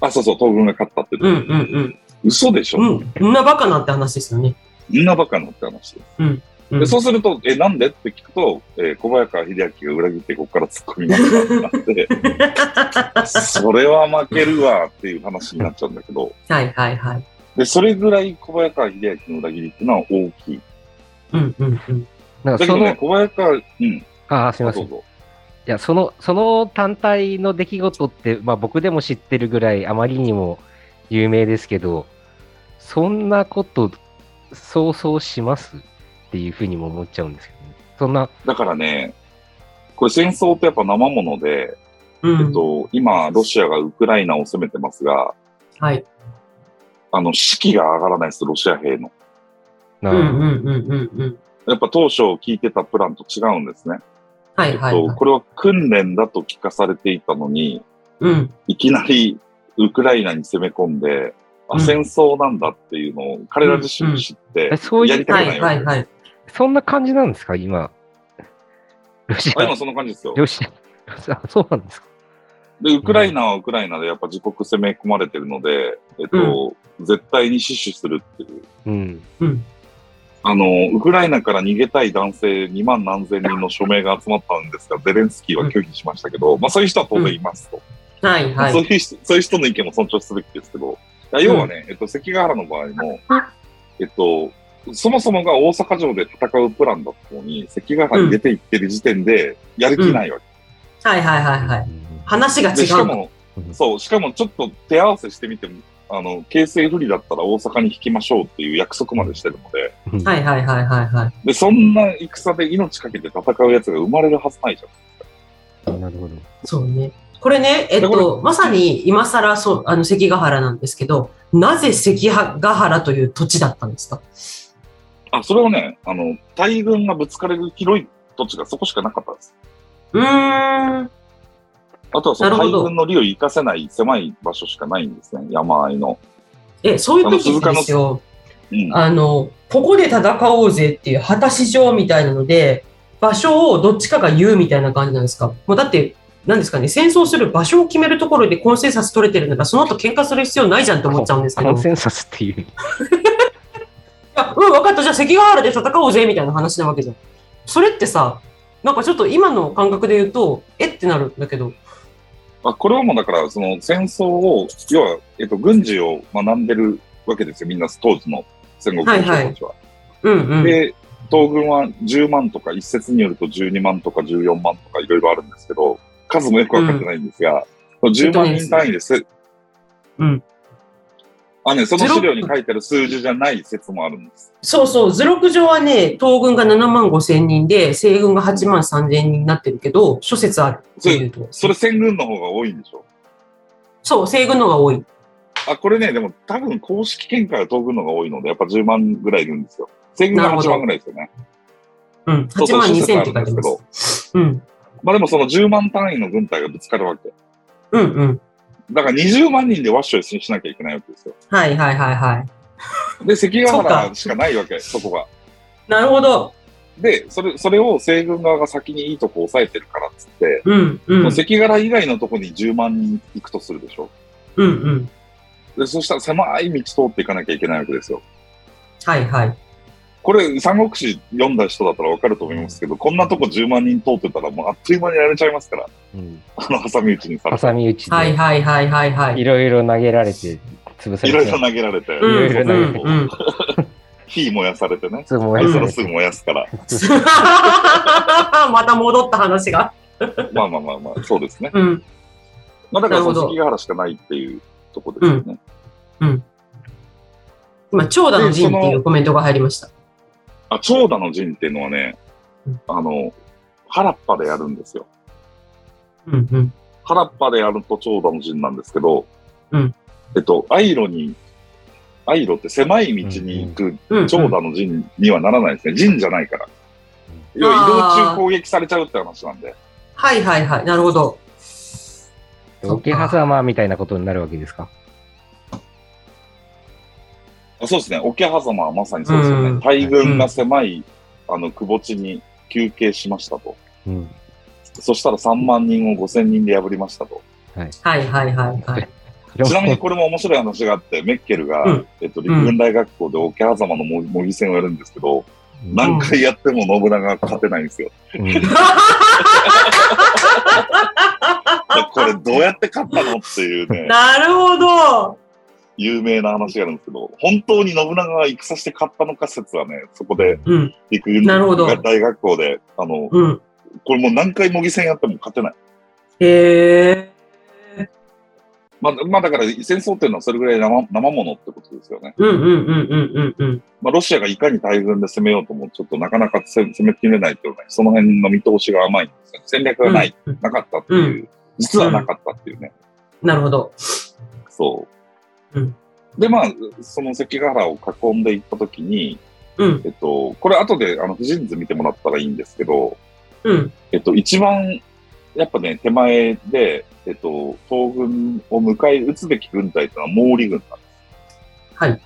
[SPEAKER 3] あ、そうそう、東軍が勝ったって
[SPEAKER 1] うん
[SPEAKER 3] 言
[SPEAKER 1] う
[SPEAKER 3] っ
[SPEAKER 1] ん
[SPEAKER 3] 嘘でしょ、
[SPEAKER 1] うん。そんなバカなんて話ですよね。
[SPEAKER 3] みんなバカなって話で。
[SPEAKER 1] うん
[SPEAKER 3] でそうすると、え、なんでって聞くと、えー小早川秀明が裏切ってここから突っ込みましたってなって、それは負けるわっていう話になっちゃうんだけど、
[SPEAKER 1] はいはいはい。
[SPEAKER 3] で、それぐらい小早川秀明の裏切りっていうのは大きい。
[SPEAKER 1] うんうんうん。
[SPEAKER 2] なん
[SPEAKER 3] だ
[SPEAKER 2] か
[SPEAKER 3] け
[SPEAKER 2] そ
[SPEAKER 3] どね、
[SPEAKER 2] の、
[SPEAKER 3] 小早川、うん、
[SPEAKER 2] ああ、すみ
[SPEAKER 3] ど
[SPEAKER 2] ま
[SPEAKER 3] う
[SPEAKER 2] せん。い
[SPEAKER 3] ぞ。
[SPEAKER 2] や、その、その単体の出来事って、まあ僕でも知ってるぐらいあまりにも有名ですけど、そんなこと、そうそうしますっていうふうにも思っちゃうんですけどね。そんな、
[SPEAKER 3] だからね、これ戦争ってやっぱ生もので、
[SPEAKER 1] うん、
[SPEAKER 3] えっと、今、ロシアがウクライナを攻めてますが、
[SPEAKER 1] はい。
[SPEAKER 3] あの、士気が上がらないです、ロシア兵の。
[SPEAKER 1] う
[SPEAKER 2] なん
[SPEAKER 1] うんうんうんうん。
[SPEAKER 3] やっぱ当初聞いてたプランと違うんですね。
[SPEAKER 1] は
[SPEAKER 3] え
[SPEAKER 1] い
[SPEAKER 3] っ
[SPEAKER 1] はい
[SPEAKER 3] と、
[SPEAKER 1] はい。
[SPEAKER 3] これは訓練だと聞かされていたのに、
[SPEAKER 1] うん。
[SPEAKER 3] いきなりウクライナに攻め込んで、
[SPEAKER 1] う
[SPEAKER 3] あ、
[SPEAKER 1] ん
[SPEAKER 3] 戦争なんだっていうのを彼ら自身も知って、
[SPEAKER 2] えそういう
[SPEAKER 3] やりたく
[SPEAKER 1] は
[SPEAKER 3] ないわ
[SPEAKER 1] い
[SPEAKER 3] け
[SPEAKER 1] はいはい。
[SPEAKER 2] そんな感じなんですか、今。ロシ
[SPEAKER 3] あ今
[SPEAKER 2] ア、
[SPEAKER 3] そんな感じですよ。
[SPEAKER 2] ロシア、あそうなんですか。
[SPEAKER 3] で、ウクライナはウクライナでやっぱ自国攻め込まれてるので、えっと、絶対に死守するっていう。
[SPEAKER 2] うん。
[SPEAKER 1] うん。
[SPEAKER 3] あの、ウクライナから逃げたい男性2万何千人の署名が集まったんですが、ゼレンスキーは拒否しましたけど、まあそういう人は当然いますと。
[SPEAKER 1] はいは
[SPEAKER 3] そう
[SPEAKER 1] い。
[SPEAKER 3] いう人、そういう人の意見も尊重すべきですけど、いや要はね、えっと、関ヶ原の場合も、えっと、そもそもが大阪城で戦うプランだったのに、関ヶ原に出ていってる時点で、やる気ないわけ。
[SPEAKER 1] はいはいはいはい。話が違
[SPEAKER 3] で、しか
[SPEAKER 1] う。
[SPEAKER 3] も、そう、しかもちょっと手合わせしてみても、あの、形勢不利だったら大阪に引きましょうっていう約束までしてるので、
[SPEAKER 2] うん。
[SPEAKER 1] はいはいはいはいはい。
[SPEAKER 3] で、そんな戦で命かけて戦うやつが生まれるはずないじゃん。
[SPEAKER 2] なるほど。
[SPEAKER 1] そうね。これね、えっ、
[SPEAKER 3] でこと
[SPEAKER 1] まさに今更そう、あの、関ヶ原なんですけど、なぜ関ヶ原という土地だったんですか
[SPEAKER 3] あ、それはね、あの、大軍がぶつかれる広い土地がそこしかなかったんです。
[SPEAKER 1] うーん。
[SPEAKER 3] あとはその
[SPEAKER 1] なる
[SPEAKER 3] 大
[SPEAKER 1] ほど
[SPEAKER 3] 軍の利を生かせない狭い場所しかないんですね。山あいの。
[SPEAKER 1] え、そういう
[SPEAKER 3] あの
[SPEAKER 1] 時
[SPEAKER 3] 鈴鹿の
[SPEAKER 1] ですよ。
[SPEAKER 3] うん。
[SPEAKER 1] あの、ここで戦おうぜっていう果たし状みたいなので、場所をどっちかが言うみたいな感じなんですかもうだって、なんですかね、戦争する場所を決めるところでコンセンサス取れてるんだから、その後喧嘩する必要ないじゃんって思っちゃうんですけど。
[SPEAKER 2] コンセンサスっていう。
[SPEAKER 1] あうん、分かった、じゃあ関ヶ原で戦おうぜみたいな話なわけじゃん。それってさ、なんかちょっと今の感覚で言うと、えってなるんだけど、
[SPEAKER 3] あこれはもうだから、その戦争を、要は、えっと、軍事を学んでるわけですよ。みんな当時の戦国の人たちは。
[SPEAKER 1] うんうん。
[SPEAKER 3] で、東軍は10万とか、一説によると12万とか14万とかいろいろあるんですけど、数もよくわかってないんですが、10万人単位です。
[SPEAKER 1] うん。
[SPEAKER 3] あ、ね、その資料に書いてある数字じゃない説もあるんです。
[SPEAKER 1] そうそう、図録上はね、東軍が7万5千人で、西軍が8万3千人になってるけど、諸説あるっていうと。
[SPEAKER 3] それ戦軍の方が多いんでしょ
[SPEAKER 1] そう、西軍の方が多い。
[SPEAKER 3] あ、これね、でも多分公式見解は東軍の方が多いので、やっぱ10万ぐらいいるんですよ。戦軍が8万ぐらいですよね。
[SPEAKER 1] うん、
[SPEAKER 3] そ
[SPEAKER 1] 8
[SPEAKER 3] うそう
[SPEAKER 1] 万2千って書いて
[SPEAKER 3] 諸説あるんですけど
[SPEAKER 1] ます。うん、
[SPEAKER 3] まあでもその10万単位の軍隊がぶつかるわけ。
[SPEAKER 1] うん、うん。
[SPEAKER 3] だから20万人でワッショイしなきゃいけないわけですよ。
[SPEAKER 1] はいはいはいはい。
[SPEAKER 3] で、関
[SPEAKER 1] そ
[SPEAKER 3] ヶ
[SPEAKER 1] うか
[SPEAKER 3] 原しかないわけ、そこが。
[SPEAKER 1] なるほど。
[SPEAKER 3] で、それ、それを西軍側が先にいいとこ抑えてるからっつって、
[SPEAKER 1] うん、うん、う、
[SPEAKER 3] もうん関ヶ原以外のとこに10万人行くとするでしょ。
[SPEAKER 1] うん。
[SPEAKER 3] で、そしたら狭い道通っていかなきゃいけないわけですよ。
[SPEAKER 1] はいはい。
[SPEAKER 3] これ、三国志読んだ人だったらわかると思いますけど、こんなとこ10万人通ってたらもうあっという間にやられちゃいますから、
[SPEAKER 2] うん。
[SPEAKER 3] あの、挟み撃ちにされて
[SPEAKER 2] 挟み撃ち
[SPEAKER 1] はい
[SPEAKER 2] で、
[SPEAKER 1] はいはいはいはいい。
[SPEAKER 2] ろいろ投げられて、潰さ
[SPEAKER 3] いろ
[SPEAKER 2] れ
[SPEAKER 3] いろ
[SPEAKER 2] て、
[SPEAKER 3] 投げられて、
[SPEAKER 1] うん、
[SPEAKER 2] いろいろ
[SPEAKER 1] う
[SPEAKER 2] 投げ
[SPEAKER 1] ん
[SPEAKER 2] て、
[SPEAKER 1] うん。
[SPEAKER 3] 火燃やされてね。
[SPEAKER 2] つも
[SPEAKER 3] あ
[SPEAKER 2] や
[SPEAKER 1] ん
[SPEAKER 3] いつ
[SPEAKER 2] さ
[SPEAKER 3] ら
[SPEAKER 2] れ
[SPEAKER 3] す
[SPEAKER 2] て
[SPEAKER 3] ぐ、燃やすから。
[SPEAKER 1] また戻った話が。
[SPEAKER 3] まあまあまあまあ、そうですね。
[SPEAKER 1] うん。
[SPEAKER 3] まあだからそ
[SPEAKER 1] なるほ
[SPEAKER 3] の
[SPEAKER 1] ど
[SPEAKER 3] 関ヶ原しかないっていうとこですよね。
[SPEAKER 1] 今、長蛇の陣っていうコメントが入りました。
[SPEAKER 3] あ、長蛇の陣っていうのはね
[SPEAKER 1] うん、
[SPEAKER 3] あの、原っぱでやるんですよ。
[SPEAKER 1] うんうん。
[SPEAKER 3] 原っぱでやると長蛇の陣なんですけど、
[SPEAKER 1] うん
[SPEAKER 3] えっと、アイロに、アイロって狭い道に行く
[SPEAKER 1] うんうん
[SPEAKER 3] 長蛇の陣にはならないですね。陣じゃないから。要は移動
[SPEAKER 1] あー
[SPEAKER 3] 中攻撃されちゃうって話なんで。
[SPEAKER 1] はいはいはい。なるほど。
[SPEAKER 2] 桶狭間みたいなことになるわけですか。
[SPEAKER 3] あそうですね、桶狭間はまさにそうですよね。
[SPEAKER 1] うん
[SPEAKER 3] 大軍が狭い、あの、くぼ地に休憩しましたと。
[SPEAKER 2] うん。
[SPEAKER 3] そしたら3万人を5000人で破りましたと。
[SPEAKER 1] はいはいはいはい。
[SPEAKER 3] ちなみにこれも面白い話があって、メッケルが、
[SPEAKER 1] うん
[SPEAKER 3] えっと、陸軍大学校で桶狭間の模模擬戦をやるんですけど、何回やっても信長が勝てないんですよ。
[SPEAKER 2] うん
[SPEAKER 3] これどうやって勝ったのっていうね、
[SPEAKER 1] なるほど。
[SPEAKER 3] 有名な話があるんですけど、本当に信長が戦して勝ったのか説はね、そこで
[SPEAKER 1] うん、
[SPEAKER 3] 陸軍
[SPEAKER 1] なるほど
[SPEAKER 3] 大学校で、あの、
[SPEAKER 1] うん。
[SPEAKER 3] これもう何回模擬戦やっても勝てない。
[SPEAKER 1] へえ。
[SPEAKER 3] まあ、まあだから戦争っていうのはそれぐらい生生ものってことですよね。
[SPEAKER 1] うんうんうんうんうんうん。
[SPEAKER 3] まあ、ロシアがいかに大軍で攻めようとも、ちょっとなかなか攻め攻めきれないっていうのはね、その辺の見通しが甘いんですよ。戦略がない、
[SPEAKER 1] うん
[SPEAKER 3] なかったっていう、実はなかったっていうね。
[SPEAKER 1] なるほど。
[SPEAKER 3] そう。
[SPEAKER 1] うん
[SPEAKER 3] で、まあ、その関ヶ原を囲んでいったときに、
[SPEAKER 1] うん
[SPEAKER 3] えっと、これ後で、あの、婦人図見てもらったらいいんですけど、
[SPEAKER 1] うん
[SPEAKER 3] えっと、一番、やっぱね、手前で、えっと、東軍を迎え撃つべき軍隊というのは毛利軍なんです。
[SPEAKER 1] はい。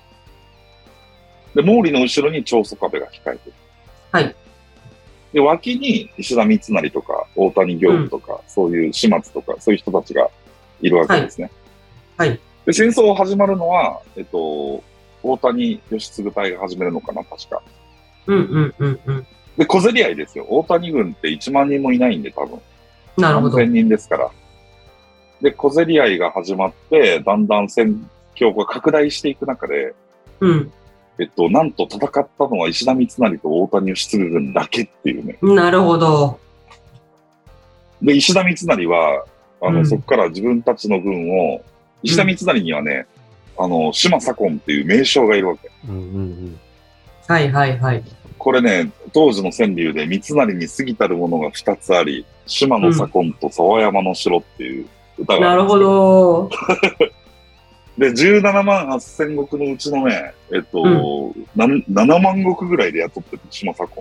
[SPEAKER 3] で、毛利の後ろに長宗我部が控えてる。
[SPEAKER 1] はい。
[SPEAKER 3] で、脇に石田三成とか、大谷行部とか、そういう始末とか、そういう人たちがいるわけですね。
[SPEAKER 1] はいはい
[SPEAKER 3] で、戦争が始まるのは、えっと、大谷義継隊が始めるのかな、確か。
[SPEAKER 1] うんうんうんうん。
[SPEAKER 3] で、小競り合いですよ。大谷軍って1万人もいないんで、多分。
[SPEAKER 1] なるほど。
[SPEAKER 3] 3000人ですから。で、小競り合いが始まって、だんだん戦況が拡大していく中で、
[SPEAKER 1] うん。
[SPEAKER 3] えっと、なんと戦ったのは石田三成と大谷義継軍だけっていうね。
[SPEAKER 1] なるほど。
[SPEAKER 3] で、石田三成は、あの、
[SPEAKER 1] うん
[SPEAKER 3] そこから自分たちの軍を、石田三成にはね、あの、島左近っていう名将がいるわけ。
[SPEAKER 2] うんうん
[SPEAKER 1] はいはいはい。
[SPEAKER 3] これね、当時の川柳で三成に過ぎたるものが2つあり、島の左近と沢山の城っていう歌が
[SPEAKER 1] な
[SPEAKER 3] あ
[SPEAKER 1] る
[SPEAKER 3] るんです
[SPEAKER 1] ほ
[SPEAKER 3] け
[SPEAKER 1] ど。
[SPEAKER 3] で、17万8千石のうちのね、えっと、な7万石ぐらいで雇ってる島左近。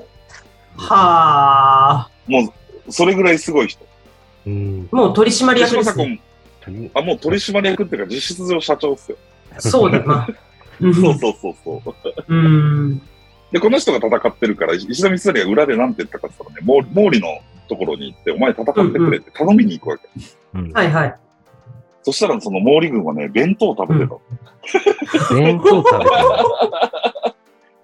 [SPEAKER 1] はあ。
[SPEAKER 3] もう、それぐらいすごい人。
[SPEAKER 2] うんうん
[SPEAKER 1] もう取締
[SPEAKER 3] で
[SPEAKER 1] 役
[SPEAKER 3] 島
[SPEAKER 1] で
[SPEAKER 3] 左
[SPEAKER 1] す、ね。
[SPEAKER 3] 近、あ、もう取締役っていうか実質上社長っすよ。
[SPEAKER 1] そうだな。うん
[SPEAKER 3] そうそうそうそう。
[SPEAKER 1] うん。
[SPEAKER 3] で、この人が戦ってるから、石田三成が裏でなんて言ったかって言ったらね、毛毛利のところに行って、お前戦ってくれって頼みに行くわけ。
[SPEAKER 2] うん
[SPEAKER 1] はいはい。
[SPEAKER 3] そしたら、その毛利軍はね、弁当を食べてたの。
[SPEAKER 2] 弁当食べて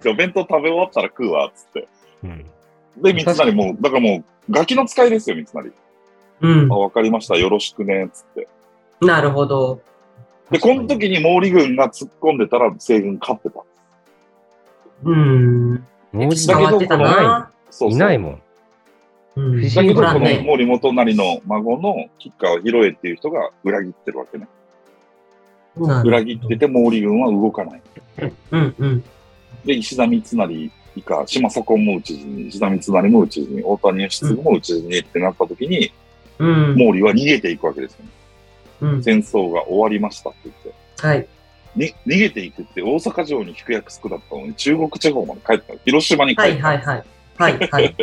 [SPEAKER 3] で弁当食べ終わったら食うわ、つって。
[SPEAKER 2] るうん
[SPEAKER 3] で、三成も、だからもう、ガキの使いですよ、三成。
[SPEAKER 1] うん
[SPEAKER 3] あ、。わかりました、よろしくね、つって。
[SPEAKER 1] なるほど。
[SPEAKER 3] で、この時に毛利軍が突っ込んでたら、西軍勝ってた。
[SPEAKER 1] うん。
[SPEAKER 2] 文字
[SPEAKER 1] 伝
[SPEAKER 3] だけ
[SPEAKER 1] わ
[SPEAKER 3] ど
[SPEAKER 1] ってたな。
[SPEAKER 3] そう
[SPEAKER 2] い
[SPEAKER 3] そう
[SPEAKER 2] ないもん。
[SPEAKER 1] うん
[SPEAKER 2] 不思
[SPEAKER 3] だ
[SPEAKER 2] 議
[SPEAKER 3] けど、
[SPEAKER 1] ほ
[SPEAKER 3] こ
[SPEAKER 1] ら
[SPEAKER 3] の
[SPEAKER 1] ね。
[SPEAKER 3] 毛利元就の孫の吉川広江っていう人が裏切ってるわけね。
[SPEAKER 1] なる
[SPEAKER 3] 裏切ってて毛利軍は動かない。
[SPEAKER 1] うんうん。
[SPEAKER 3] で、石田三成以下、島左近も討ち死に、石田三成も討ち死に、大谷義継も討ち死にってなった時に、
[SPEAKER 1] うん。
[SPEAKER 3] 毛利は逃げていくわけですよね。
[SPEAKER 1] うん。
[SPEAKER 3] 戦争が終わりましたって言って。
[SPEAKER 1] はい。
[SPEAKER 3] に逃げていくって大阪城に聞く約束だったのに、中国地方まで帰ったの。広島に帰
[SPEAKER 1] は
[SPEAKER 3] った。
[SPEAKER 1] いはいはい。はいはい。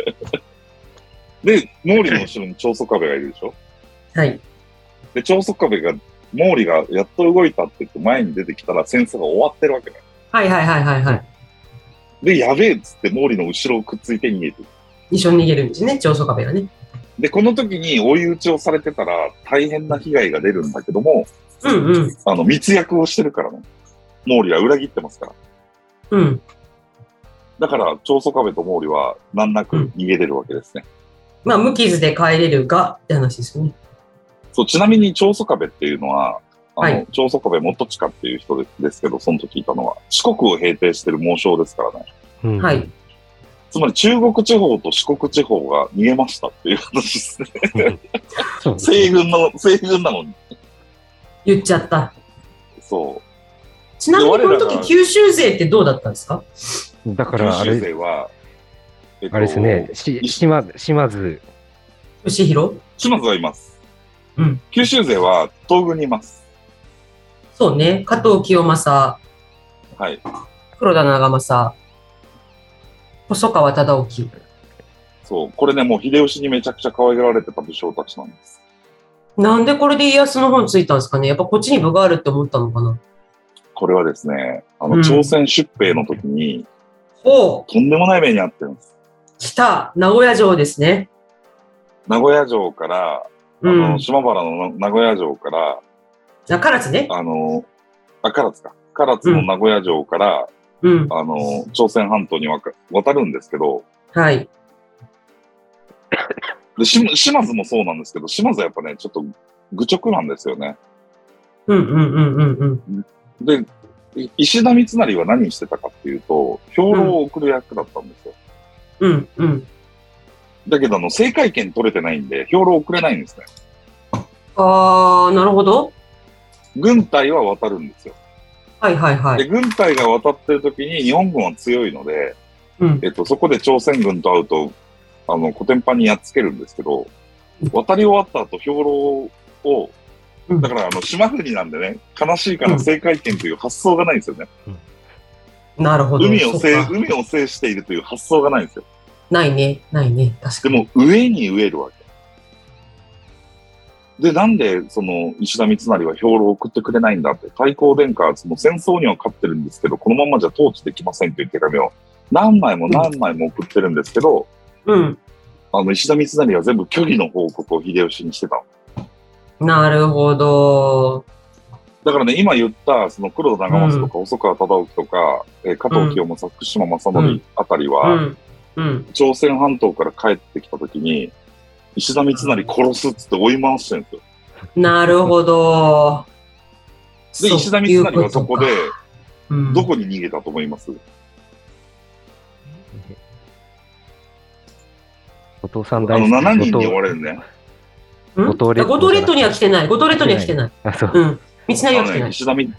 [SPEAKER 3] で、毛利の後ろに長宗我部がいるでしょ。
[SPEAKER 1] はい。
[SPEAKER 3] で、長宗我部が、毛利がやっと動いたって言って前に出てきたら戦争が終わってるわけだよ。
[SPEAKER 1] はいはいはいはいはい。
[SPEAKER 3] で、やべえっつって毛利の後ろをくっついて逃げていく。
[SPEAKER 1] 一緒に逃げるんですね、上層壁がね。
[SPEAKER 3] で、この時に追い打ちをされてたら大変な被害が出るんだけども、
[SPEAKER 1] うんうん。
[SPEAKER 3] あの、密約をしてるからね。毛利は裏切ってますから。
[SPEAKER 1] うん。
[SPEAKER 3] だから、長宗我部と毛利は難なく逃げれるわけですね。
[SPEAKER 1] まあ、無傷で帰れるがって話ですよね。
[SPEAKER 3] そう、ちなみに長宗我部っていうのは、あの、
[SPEAKER 1] はい
[SPEAKER 3] 長宗我部元親っていう人でですけど、その時いたのは、四国を平定してる猛将ですからね。
[SPEAKER 2] うん
[SPEAKER 1] はい。
[SPEAKER 3] つまり中国地方と四国地方が逃げましたっていう話です ね。
[SPEAKER 2] そう
[SPEAKER 3] 西軍の、西軍なのに。
[SPEAKER 1] 言っちゃった。
[SPEAKER 3] そう。
[SPEAKER 1] ちなみにこの
[SPEAKER 3] で我ら
[SPEAKER 1] 時
[SPEAKER 3] が
[SPEAKER 1] 九州勢ってどうだったんですか
[SPEAKER 2] だから、あ
[SPEAKER 3] 九州
[SPEAKER 2] れ、
[SPEAKER 3] 勢は、えっ
[SPEAKER 2] あれですね、し、島津、島津、
[SPEAKER 1] 牛広
[SPEAKER 3] 島津はいます。
[SPEAKER 1] うん
[SPEAKER 3] 九州勢は東軍にいます。
[SPEAKER 1] そうね。加藤清正、
[SPEAKER 3] はい。
[SPEAKER 1] 黒田長政、細川忠興。
[SPEAKER 3] そう。これね、もう秀吉にめちゃくちゃ可愛がられてた武将たちなんです。
[SPEAKER 1] なんでこれで家康の方についたんですかねやっぱこっちに部があるって思ったのかな
[SPEAKER 3] これはですね、あ
[SPEAKER 1] う
[SPEAKER 3] の、
[SPEAKER 1] ん
[SPEAKER 3] 朝鮮出兵の時に、
[SPEAKER 1] おう
[SPEAKER 3] とんでもない目に遭ってるんです。
[SPEAKER 1] 来た名古屋城ですね。
[SPEAKER 3] 名古屋城から、あ
[SPEAKER 1] うん
[SPEAKER 3] の、。島原の名古屋城から、
[SPEAKER 1] あ、唐津ね。
[SPEAKER 3] あの、あ、唐津か。唐津の名古屋城から、
[SPEAKER 1] うん。
[SPEAKER 3] あの、朝鮮半島にわか渡るんですけど、
[SPEAKER 1] はい。
[SPEAKER 3] で、し島津もそうなんですけど、島津はやっぱね、ちょっと愚直なんですよね。
[SPEAKER 1] うんうんうんうんうん。
[SPEAKER 3] で、い石田三成は何してたかっていうと、兵糧を送る役だったんですよ。
[SPEAKER 1] うんうん。
[SPEAKER 3] だけど、あの、政界権取れてないんで、兵糧を送れないんですね。
[SPEAKER 1] ああ、なるほど。
[SPEAKER 3] 軍隊は渡るんですよ。
[SPEAKER 1] はいはいは
[SPEAKER 3] で、
[SPEAKER 1] い。
[SPEAKER 3] 軍隊が渡ってる時に日本軍は強いので、
[SPEAKER 1] うん。
[SPEAKER 3] えっと、そこで朝鮮軍と会うと、あの、コテンパンにやっつけるんですけど、渡り終わった後、兵糧を、
[SPEAKER 1] うん
[SPEAKER 3] だから、あの、島国なんでね、悲しいから政界権という発想がないんですよね。
[SPEAKER 1] なるほど。
[SPEAKER 3] 海を
[SPEAKER 1] そ
[SPEAKER 3] 制
[SPEAKER 1] うか、
[SPEAKER 3] 海を制しているという発想がないんですよ。
[SPEAKER 1] ないね。ないね。確か
[SPEAKER 3] で
[SPEAKER 1] に。
[SPEAKER 3] も、上に植えるわけ。で、なんで、その、石田三成は兵糧を送ってくれないんだって、太閤殿下はその戦争には勝ってるんですけど、このままじゃ統治できませんという手紙を何枚も何枚も送ってるんですけど、
[SPEAKER 1] うん。
[SPEAKER 3] あの、石田三成は全部虚偽の報告を秀吉にしてたの。
[SPEAKER 1] なるほど。
[SPEAKER 3] だからね、今言った、その黒田長政とか、細川忠興とか、えー加藤清正、福島正則あたり
[SPEAKER 1] う
[SPEAKER 3] は、
[SPEAKER 1] ん。うん。
[SPEAKER 3] 朝鮮半島から帰ってきたときに、石田三成殺すっつって追い回してるんですよ。
[SPEAKER 1] なるほど。
[SPEAKER 3] で、
[SPEAKER 1] そう
[SPEAKER 3] 石田三成はそこで
[SPEAKER 1] いう、とかうん
[SPEAKER 3] どこに逃げたと思います、
[SPEAKER 2] お父さん
[SPEAKER 3] あ
[SPEAKER 2] 大
[SPEAKER 3] の、
[SPEAKER 2] 好き
[SPEAKER 3] 7人に
[SPEAKER 2] 後
[SPEAKER 3] 追
[SPEAKER 2] 藤
[SPEAKER 3] われるね。
[SPEAKER 1] うん
[SPEAKER 2] 五島列島
[SPEAKER 1] あ五島列島には来てない。五島列島には来てない。
[SPEAKER 2] あ、そう。
[SPEAKER 1] うん。道なり
[SPEAKER 3] あ
[SPEAKER 1] は
[SPEAKER 3] の
[SPEAKER 1] 来てな
[SPEAKER 3] ね、
[SPEAKER 1] い。
[SPEAKER 3] 石田三、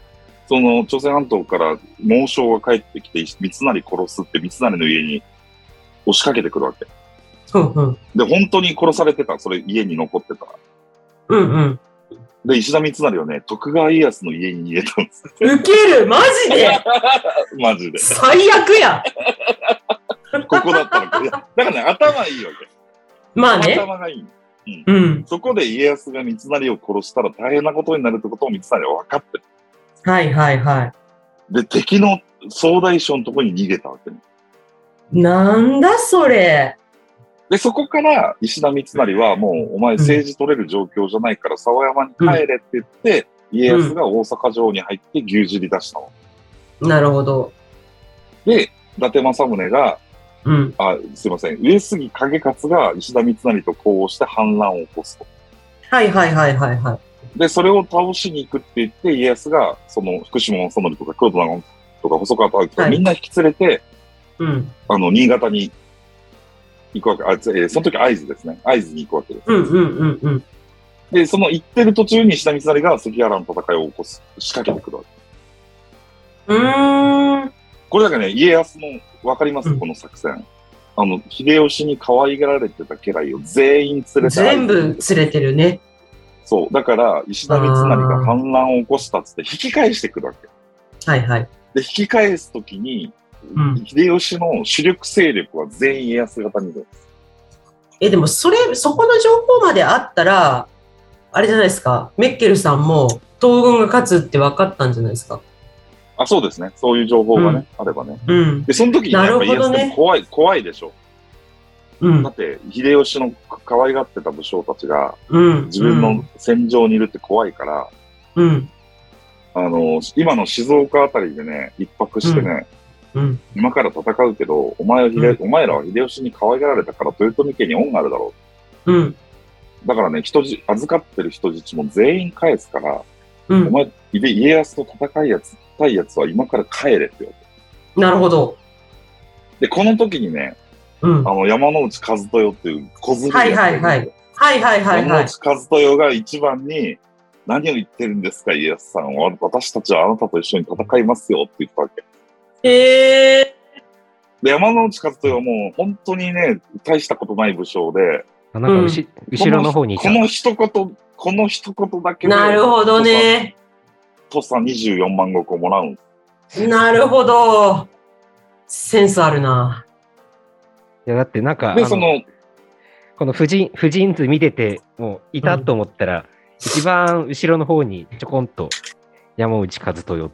[SPEAKER 3] その、朝鮮半島から猛将が帰ってきて、三成殺すって三成の家に押しかけてくるわけ。
[SPEAKER 1] うんうん。
[SPEAKER 3] で、本当に殺されてた。それ家に残ってたら。
[SPEAKER 1] うんうん。
[SPEAKER 3] で、石田三成はね、徳川家康の家に逃げたんです。
[SPEAKER 1] ウケるマジで
[SPEAKER 3] マジで。
[SPEAKER 1] 最悪や
[SPEAKER 3] ここだったら、いやだからね、頭いいわ
[SPEAKER 1] まあ
[SPEAKER 3] け。
[SPEAKER 1] ね。
[SPEAKER 3] 頭がいい。
[SPEAKER 1] うん。
[SPEAKER 3] そこで家康が三成を殺したら大変なことになるってことを三成は分かってる。
[SPEAKER 1] はいはいは
[SPEAKER 3] で、敵の総大将のところに逃げたわけね。
[SPEAKER 1] い。なんだそれ。
[SPEAKER 3] で、そこから石田三成はもうお前政治取れる状況じゃないから沢山に帰れって言って、家康が大阪城に入って牛耳り出したの。
[SPEAKER 1] なるほど。
[SPEAKER 3] で、伊達政宗が、
[SPEAKER 1] うん。
[SPEAKER 3] あ、すいません、上杉景勝が石田三成と交互して反乱を起こすと。
[SPEAKER 1] はいはいはいはいはい。
[SPEAKER 3] で、それを倒しに行くって言って、家康が、その福島正則とか黒田長政とか細川忠興と
[SPEAKER 1] は
[SPEAKER 3] か
[SPEAKER 1] い
[SPEAKER 3] みんな引き連れて、
[SPEAKER 1] うん。
[SPEAKER 3] あの、新潟に行くわけ。あ、つえーその時会津ですね。会津に行くわけです。
[SPEAKER 1] うんうんうんうん。
[SPEAKER 3] で、その行ってる途中に石田三成が関ヶ原の戦いを起こす、仕掛けてくるわけ。
[SPEAKER 1] うーん。
[SPEAKER 3] これだけね、家康もわかります、
[SPEAKER 1] うん
[SPEAKER 3] この作戦。あの、秀吉に可愛がられてた家来を全員連れて
[SPEAKER 1] 全部連れてるね。
[SPEAKER 3] そう。だから、石田三成が反乱を起こしたっつって引き返してくるわけ。
[SPEAKER 1] はいはい。
[SPEAKER 3] で、引き返すときに、
[SPEAKER 1] うん
[SPEAKER 3] 秀吉の主力勢力は全員家康型にいる。
[SPEAKER 1] え、でもそれ、そこの情報まであったら、あれじゃないですか。メッケルさんも東軍が勝つって分かったんじゃないですか。
[SPEAKER 3] あ、そうですね。そういう情報がね、あればね。
[SPEAKER 1] うん。
[SPEAKER 3] で、その時にね
[SPEAKER 1] な
[SPEAKER 3] や
[SPEAKER 1] る
[SPEAKER 3] っ
[SPEAKER 1] ほ
[SPEAKER 3] ぱ
[SPEAKER 1] どね
[SPEAKER 3] 家康って怖い、怖いでしょ。
[SPEAKER 1] うん
[SPEAKER 3] だ。って、秀吉の可愛がってた武将たちが、
[SPEAKER 1] うん。
[SPEAKER 3] 自分の戦場にいるって怖いから、
[SPEAKER 1] うん。
[SPEAKER 3] あの、今の静岡あたりでね、一泊してね、
[SPEAKER 1] うん。
[SPEAKER 3] 今から戦うけど、お前は秀、
[SPEAKER 1] うん
[SPEAKER 3] お前らは秀吉に可愛がられたから、豊臣家に恩があるだろ
[SPEAKER 1] うん。
[SPEAKER 3] う。だからね、人じ、預かってる人質も全員返すから、
[SPEAKER 1] う
[SPEAKER 3] お
[SPEAKER 1] ん。
[SPEAKER 3] 前、で家康と戦いやつ、たいやつは今から帰れって言われ
[SPEAKER 1] なるほど。
[SPEAKER 3] て。で、この時にね、
[SPEAKER 1] うん。
[SPEAKER 3] あ
[SPEAKER 1] は
[SPEAKER 3] の、山之内和豊っていう小ずるいやつが
[SPEAKER 1] い
[SPEAKER 3] る
[SPEAKER 1] はいはい。はいはいはい
[SPEAKER 3] 山
[SPEAKER 1] はい。
[SPEAKER 3] 内和豊が一番に、何を言ってるんですか、家康さんは。私たちはあなたと一緒に戦いますよって言ったわけ。
[SPEAKER 1] へえ。
[SPEAKER 3] で、山内和豊はもう本当にね、大したことない武将で、
[SPEAKER 2] あなんか後、後ろの方にい
[SPEAKER 3] こ
[SPEAKER 2] た。
[SPEAKER 3] の一言、この一言だけで、
[SPEAKER 1] なるほどね。
[SPEAKER 3] 土佐24万石をもらうんです。
[SPEAKER 1] なるほど。センスあるな。
[SPEAKER 2] いや、だってなんか、あ
[SPEAKER 3] で、
[SPEAKER 2] の
[SPEAKER 3] その、
[SPEAKER 2] この婦人、婦人図見てて、もういたと思ったら、一番後ろの方にちょこんと山内和豊。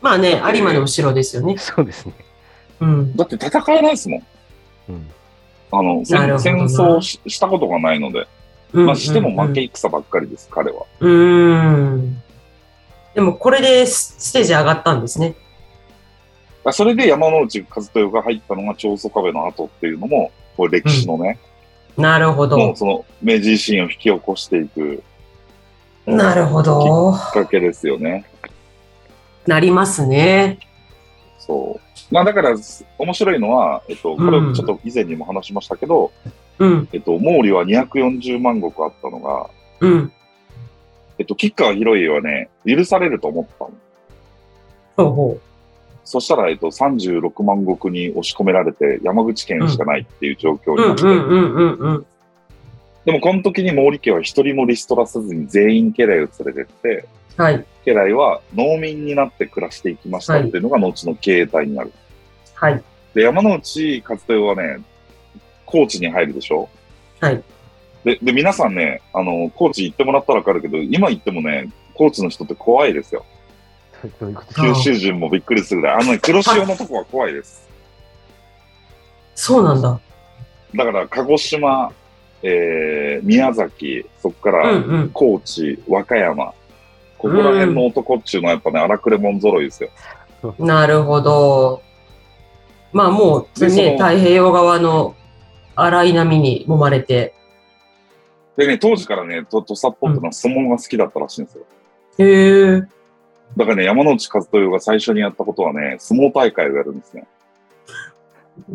[SPEAKER 1] まあね、有馬の後ろですよね。
[SPEAKER 2] そうですね。
[SPEAKER 1] うん。
[SPEAKER 3] だって戦えないですもん。
[SPEAKER 2] うん。
[SPEAKER 3] あの、
[SPEAKER 1] なる
[SPEAKER 3] 戦
[SPEAKER 1] ほど
[SPEAKER 3] 戦
[SPEAKER 1] な
[SPEAKER 3] 争をししたことがないので、まあしても負け戦ばっかりです、彼は。
[SPEAKER 1] うん。うん。でもこれでスステージ上がったんですね。
[SPEAKER 3] あそれで山之内和豊が入ったのが長宗我部の後っていうのも、これ歴史のね、
[SPEAKER 1] なるほ
[SPEAKER 3] もう
[SPEAKER 1] ど。
[SPEAKER 3] その明治維新を引き起こしていく
[SPEAKER 1] なるほど。
[SPEAKER 3] きっかけですよね。
[SPEAKER 1] なりますね。
[SPEAKER 3] そう。まあだから、面白いのは、えっと、これ
[SPEAKER 1] うん
[SPEAKER 3] ちょっと以前にも話しましたけど、
[SPEAKER 1] うん、
[SPEAKER 3] えっと、毛利は240万石あったのが、
[SPEAKER 1] うん。
[SPEAKER 3] えっと、吉川広家はね、許されると思ったの。
[SPEAKER 1] ほうほ
[SPEAKER 3] そしたら、えっと、36万石に押し込められて、山口県しかないっていう状況
[SPEAKER 1] う。う、
[SPEAKER 3] になんって、
[SPEAKER 1] うん、うん、うん、うん。
[SPEAKER 3] でもこの時に毛利家は一人もリストラせずに全員家来を連れてって、
[SPEAKER 1] はい、
[SPEAKER 3] 家来は農民になって暮らしていきましたっていうのが後の経営体になる。
[SPEAKER 1] はい、
[SPEAKER 3] で、山之内和豊はね、高知に入るでしょ
[SPEAKER 1] はい。
[SPEAKER 3] で、で、皆さんね、あの、高知行ってもらったらわかるけど、今行ってもね、高知の人って怖いですよ。
[SPEAKER 2] どういうこと
[SPEAKER 1] あー
[SPEAKER 3] 九州人もびっくりするぐらい。あのね、黒潮のとこは怖いです。
[SPEAKER 1] そうなんだ。
[SPEAKER 3] だから、鹿児島、えー、宮崎、そこか
[SPEAKER 1] う
[SPEAKER 3] ら
[SPEAKER 1] ん、うん。
[SPEAKER 3] 高知、和歌山、ここら辺の男っちゅうのはやっぱね、荒くれ者揃いですよ。
[SPEAKER 1] なるほど。まあもう
[SPEAKER 3] でその
[SPEAKER 1] ね、太平洋側の荒い波に揉まれて。
[SPEAKER 3] でね、当時からね、と、土佐っぽくのは相撲が好きだったらしいんですよ。
[SPEAKER 1] へえ。
[SPEAKER 3] だからね、山之内和豊が最初にやったことはね、相撲大会をやるんですね。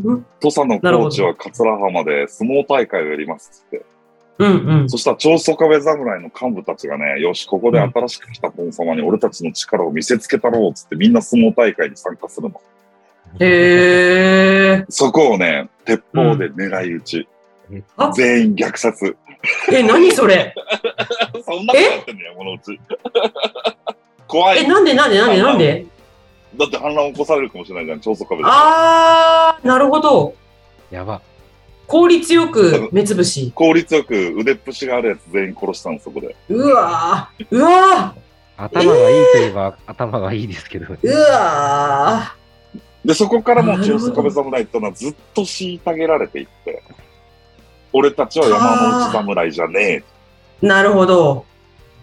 [SPEAKER 1] うん
[SPEAKER 3] 土佐の高知は桂浜で相撲大会をやりますっつって。
[SPEAKER 1] うん。
[SPEAKER 3] そしたら、長宗我部侍の幹部たちがね、よし、ここで新しく来た殿様に俺たちの力を見せつけたろうっつって、みんな相撲大会に参加するの。
[SPEAKER 1] へえ。
[SPEAKER 3] そこをね、鉄砲で狙い撃ち。
[SPEAKER 1] あ
[SPEAKER 3] 全員虐殺。
[SPEAKER 1] え、何それ
[SPEAKER 3] そんなことやってんのよ、山之内。 怖
[SPEAKER 1] え、
[SPEAKER 3] い。
[SPEAKER 1] なんでなんでなんでなんで
[SPEAKER 3] だって反乱起こされるかもしれないじゃん、長宗我部
[SPEAKER 1] あー、なるほど。
[SPEAKER 2] やば。
[SPEAKER 1] 効率よく目つぶし。
[SPEAKER 3] 効率よく腕っぷしがあるやつ全員殺したの、そこで。
[SPEAKER 1] うわー、うわ
[SPEAKER 2] 頭がいいといえば、頭がいいですけどね。
[SPEAKER 1] ー、うわ
[SPEAKER 3] で、そこからもう中坂部侍ってのはずっと虐げられていって、俺たちは山の内侍じゃねえ。
[SPEAKER 1] ー。なるほど。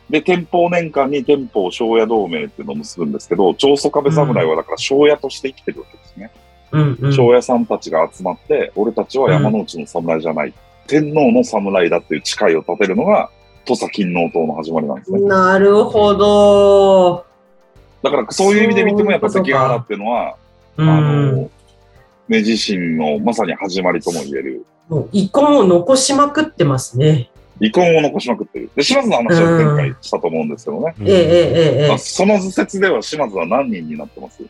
[SPEAKER 3] で、天保年間に天保庄屋同盟っていうのを結ぶんですけど、長宗我部侍はだから庄屋として生きてるわけですね。
[SPEAKER 1] うんうん。
[SPEAKER 3] 庄屋さんたちが集まって、俺たちは山の内の侍じゃない。天皇の侍だっていう誓いを立てるのが、土佐勤王党の始まりなんですね。
[SPEAKER 1] なるほど。
[SPEAKER 3] だからそういう意味で見ても、やっぱ
[SPEAKER 1] そういうこと
[SPEAKER 3] 関
[SPEAKER 1] か
[SPEAKER 3] ヶ原っていうのは、
[SPEAKER 1] う
[SPEAKER 3] あ
[SPEAKER 1] ん。
[SPEAKER 3] の、明治維新のまさに始まりとも言える、
[SPEAKER 1] もう遺恨を残しまくってますね。
[SPEAKER 3] 離婚を残しまくってる。で、島津の話は前回したと思うんですけどね。
[SPEAKER 2] う
[SPEAKER 1] え
[SPEAKER 2] ん
[SPEAKER 1] えええええ
[SPEAKER 3] あ。その図説では島津は何人になってます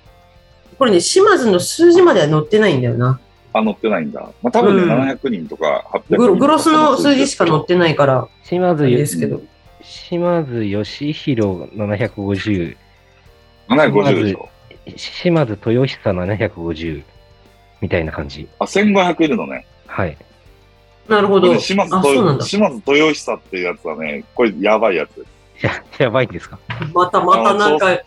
[SPEAKER 1] これね、島津の数字までは載ってないんだよな。
[SPEAKER 3] あ、載ってないんだ。まあ、多分ね、
[SPEAKER 1] うん
[SPEAKER 3] 700人とか800人とか
[SPEAKER 1] グログロスの数字しか載ってないから、
[SPEAKER 2] 島
[SPEAKER 1] あ
[SPEAKER 2] 津
[SPEAKER 1] れで
[SPEAKER 2] よ、
[SPEAKER 1] すけど。
[SPEAKER 2] 島津義弘750、
[SPEAKER 3] 750でしょ。
[SPEAKER 2] 島津豊久750みたいな感じ。
[SPEAKER 3] あ、1500いるのね。
[SPEAKER 2] はい。
[SPEAKER 1] なるほ
[SPEAKER 3] こ
[SPEAKER 1] ど。
[SPEAKER 3] れ
[SPEAKER 1] あ、
[SPEAKER 3] 島津
[SPEAKER 1] そうなん
[SPEAKER 3] 豊
[SPEAKER 1] だ。
[SPEAKER 3] 島津豊久っていうやつはね、これやばいやつです。
[SPEAKER 2] や、やばいんですか
[SPEAKER 1] またまたなんか、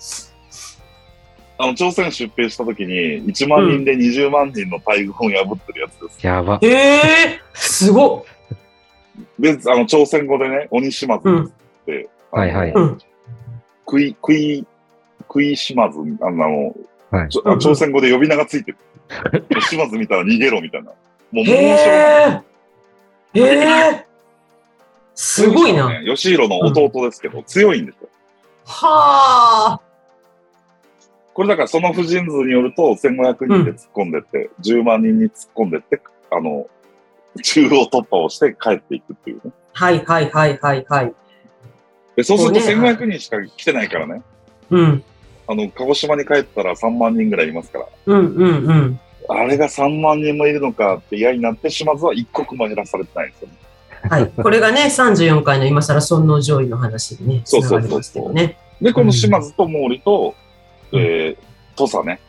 [SPEAKER 3] あの、朝鮮出兵した時に、1万人で20万人の大軍を破ってるやつです。
[SPEAKER 2] やば。
[SPEAKER 1] ええー、すごっ。
[SPEAKER 3] で、あの、朝鮮語でね、鬼島津
[SPEAKER 1] う
[SPEAKER 3] っ
[SPEAKER 1] ん、
[SPEAKER 3] て、あの
[SPEAKER 2] はいはい。
[SPEAKER 1] うん。
[SPEAKER 3] クイ、クイ、クイ島津、あの、
[SPEAKER 2] はい
[SPEAKER 3] ちょあ朝鮮語で呼び名がついて る。島津見たら逃げろみたいな。もう、
[SPEAKER 1] へ
[SPEAKER 3] 文章。
[SPEAKER 1] えー、ええー、すごいな。は
[SPEAKER 3] ね。吉弘の弟ですけど、強いんですよ。
[SPEAKER 1] あ。
[SPEAKER 3] これだからその婦人図によると、1500人で突っ込んでって、10万人に突っ込んでって、あの、中央突破をして帰っていくっていうね。
[SPEAKER 1] はいはいはいはいはい。
[SPEAKER 3] でそうすると
[SPEAKER 1] そうね
[SPEAKER 3] 1500人しか来てないからね。
[SPEAKER 1] うん。
[SPEAKER 3] あの、鹿児島に帰ったら3万人ぐらいいますから。
[SPEAKER 1] うんうんうん。
[SPEAKER 3] あれが3万人もいるのかって嫌になって、島津は一刻も減らされてないんですよね。
[SPEAKER 1] はい。これがね、34回の今更尊王攘夷の話にね、
[SPEAKER 3] そう
[SPEAKER 1] 繋
[SPEAKER 3] そ
[SPEAKER 1] が
[SPEAKER 3] う
[SPEAKER 1] り
[SPEAKER 3] そ
[SPEAKER 1] ま
[SPEAKER 3] う
[SPEAKER 1] すけどね。
[SPEAKER 3] で、この島津と毛利と、えー、土佐ね、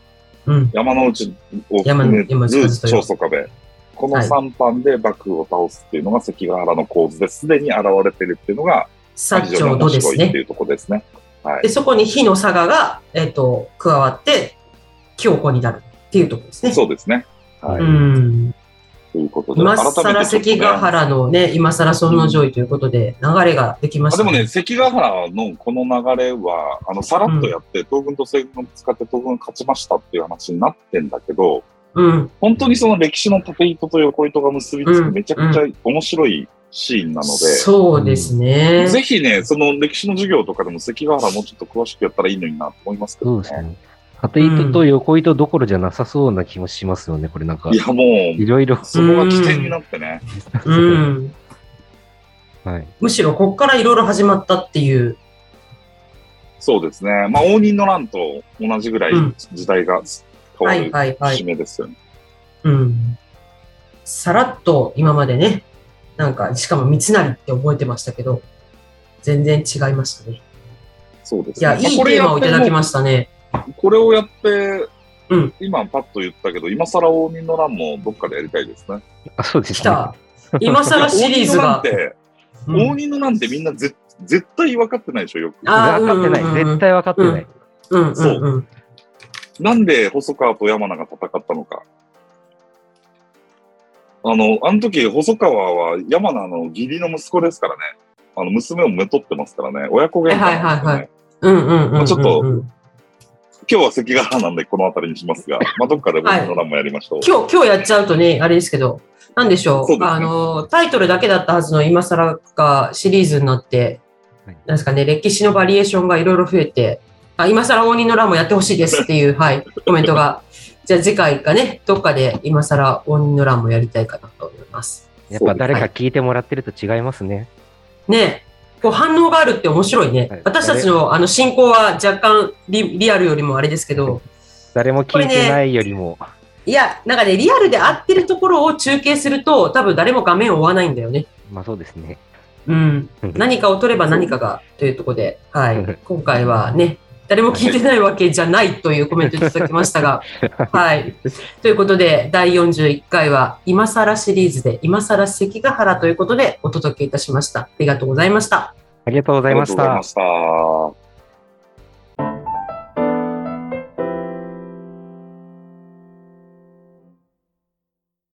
[SPEAKER 1] うん。
[SPEAKER 3] 山の内を含め
[SPEAKER 1] 山山
[SPEAKER 3] ず
[SPEAKER 1] 内
[SPEAKER 3] 長宗我部。この
[SPEAKER 1] はい
[SPEAKER 3] 3班で幕府を倒すっていうのが関ヶ原の構図ですでに現れてるっていうのが、
[SPEAKER 1] 薩
[SPEAKER 3] 非常
[SPEAKER 1] 長
[SPEAKER 3] に面
[SPEAKER 1] 土です
[SPEAKER 3] 白いっ
[SPEAKER 1] ね
[SPEAKER 3] て。いうとこですね。はい
[SPEAKER 1] で、。そこに火の佐賀が、えっ、と、加わって、強固になるっていうところですね。
[SPEAKER 3] そうですね。はい。
[SPEAKER 1] うん。
[SPEAKER 3] ということで、
[SPEAKER 1] 今
[SPEAKER 3] 改
[SPEAKER 1] 更
[SPEAKER 3] めてちょっとね
[SPEAKER 1] 関ヶ原のね、今更その上位ということで、流れができま
[SPEAKER 3] あ
[SPEAKER 1] し
[SPEAKER 3] で
[SPEAKER 1] た、
[SPEAKER 3] もね、関ヶ原のこの流れは、あの、さらっとやって、東軍と西軍を使って東軍勝ちましたっていう話になってんだけど、
[SPEAKER 1] うん。
[SPEAKER 3] 本当にその歴史の縦糸と横糸が結びつ
[SPEAKER 1] う
[SPEAKER 3] く
[SPEAKER 1] ん
[SPEAKER 3] めちゃくちゃ面白いシーンなので、
[SPEAKER 1] そうですね。
[SPEAKER 3] ぜひね、その歴史の授業とかでも関ヶ原もうちょっと詳しくやったらいいのになと思いますけ
[SPEAKER 2] そ
[SPEAKER 3] ど
[SPEAKER 2] うです
[SPEAKER 3] ね。
[SPEAKER 2] ね。縦糸と横糸どころじゃなさそうな気もしますよね、これなんか
[SPEAKER 3] い。や、も
[SPEAKER 2] いろいろ
[SPEAKER 3] う、。そこが起点になってね。
[SPEAKER 1] うん。
[SPEAKER 2] はい。
[SPEAKER 1] むしろここからいろいろ始まったっていう。
[SPEAKER 3] そうですね。まあ、応仁の乱と同じぐらい
[SPEAKER 1] うん
[SPEAKER 3] 時代が変
[SPEAKER 1] は
[SPEAKER 3] わ
[SPEAKER 1] い
[SPEAKER 3] る
[SPEAKER 1] はいは
[SPEAKER 3] 節
[SPEAKER 1] い。
[SPEAKER 3] 目ですよね。
[SPEAKER 1] うん。さらっと今までね、なんか、しかも三成って覚えてましたけど、全然違いましたね。
[SPEAKER 3] そうです
[SPEAKER 1] いや、
[SPEAKER 3] ね。
[SPEAKER 1] いいテーマをいただきましたね。
[SPEAKER 3] これをやって、
[SPEAKER 1] うん
[SPEAKER 3] 今パッと言ったけど、今更応仁の乱もどっかでやりたいですね。
[SPEAKER 2] あ、そうですね。
[SPEAKER 1] 来た。今更シリーズが
[SPEAKER 3] 応仁の乱っ。て、
[SPEAKER 1] う
[SPEAKER 3] 応
[SPEAKER 1] ん
[SPEAKER 3] 仁の乱ってみんなぜ絶対分かってないでしょ、よく。
[SPEAKER 1] あー
[SPEAKER 2] 分かってな
[SPEAKER 1] うんうんう
[SPEAKER 2] い。
[SPEAKER 1] ん
[SPEAKER 2] 絶対分かってない。
[SPEAKER 1] うんうんうん。
[SPEAKER 3] なんで細川と山名が戦ったのか。あの、あの時、細川は山名の義理の息子ですからね。あの、娘をめとってますからね。親子喧嘩なんですよね。
[SPEAKER 1] はいはいはいうんうんうんう
[SPEAKER 3] ま
[SPEAKER 1] ん。
[SPEAKER 3] あちょっと今日は関ヶ原なんでこの辺りにしますが、まあ、どっかで応仁の乱もやりましょう。
[SPEAKER 1] 今日、今日やっちゃうとね、あれですけど、なんでしょう。
[SPEAKER 3] そうですね
[SPEAKER 1] あの、タイトルだけだったはずの今更がシリーズになって、
[SPEAKER 2] はい
[SPEAKER 1] なんですかね、歴史のバリエーションがいろいろ増えて、あ今更応仁の乱もやってほしいですって いう、はい、コメントが。じゃあ次回かね、どっかで今更応仁の乱もやりたいかなと思います。
[SPEAKER 2] やっぱ誰か聞いてもらってると違いますね。
[SPEAKER 1] ねえこう反応があるって面白いね。
[SPEAKER 2] はい
[SPEAKER 1] 私たちのあの進行は若干リリアルよりもあれですけど、
[SPEAKER 2] 誰も聞いてないよりも。
[SPEAKER 1] いや、なんかね、リアルで合ってるところを中継すると、多分誰も画面を追わないんだよね。
[SPEAKER 2] まあそうですね。
[SPEAKER 1] うん。
[SPEAKER 2] 何
[SPEAKER 1] 何かを取れば何かがというところで、は
[SPEAKER 2] うん
[SPEAKER 1] い、今回はね、誰も聞いてないわけじゃないというコメントいただきました が、はい。ということで、第41回は、今更シリーズで、今更関ヶ原ということでお届けいたしました。ありがとうございました。
[SPEAKER 2] ありがとうご
[SPEAKER 3] あ
[SPEAKER 2] ざい
[SPEAKER 3] り
[SPEAKER 2] ま
[SPEAKER 3] がと
[SPEAKER 2] し
[SPEAKER 3] うござい
[SPEAKER 2] た
[SPEAKER 3] ま。した。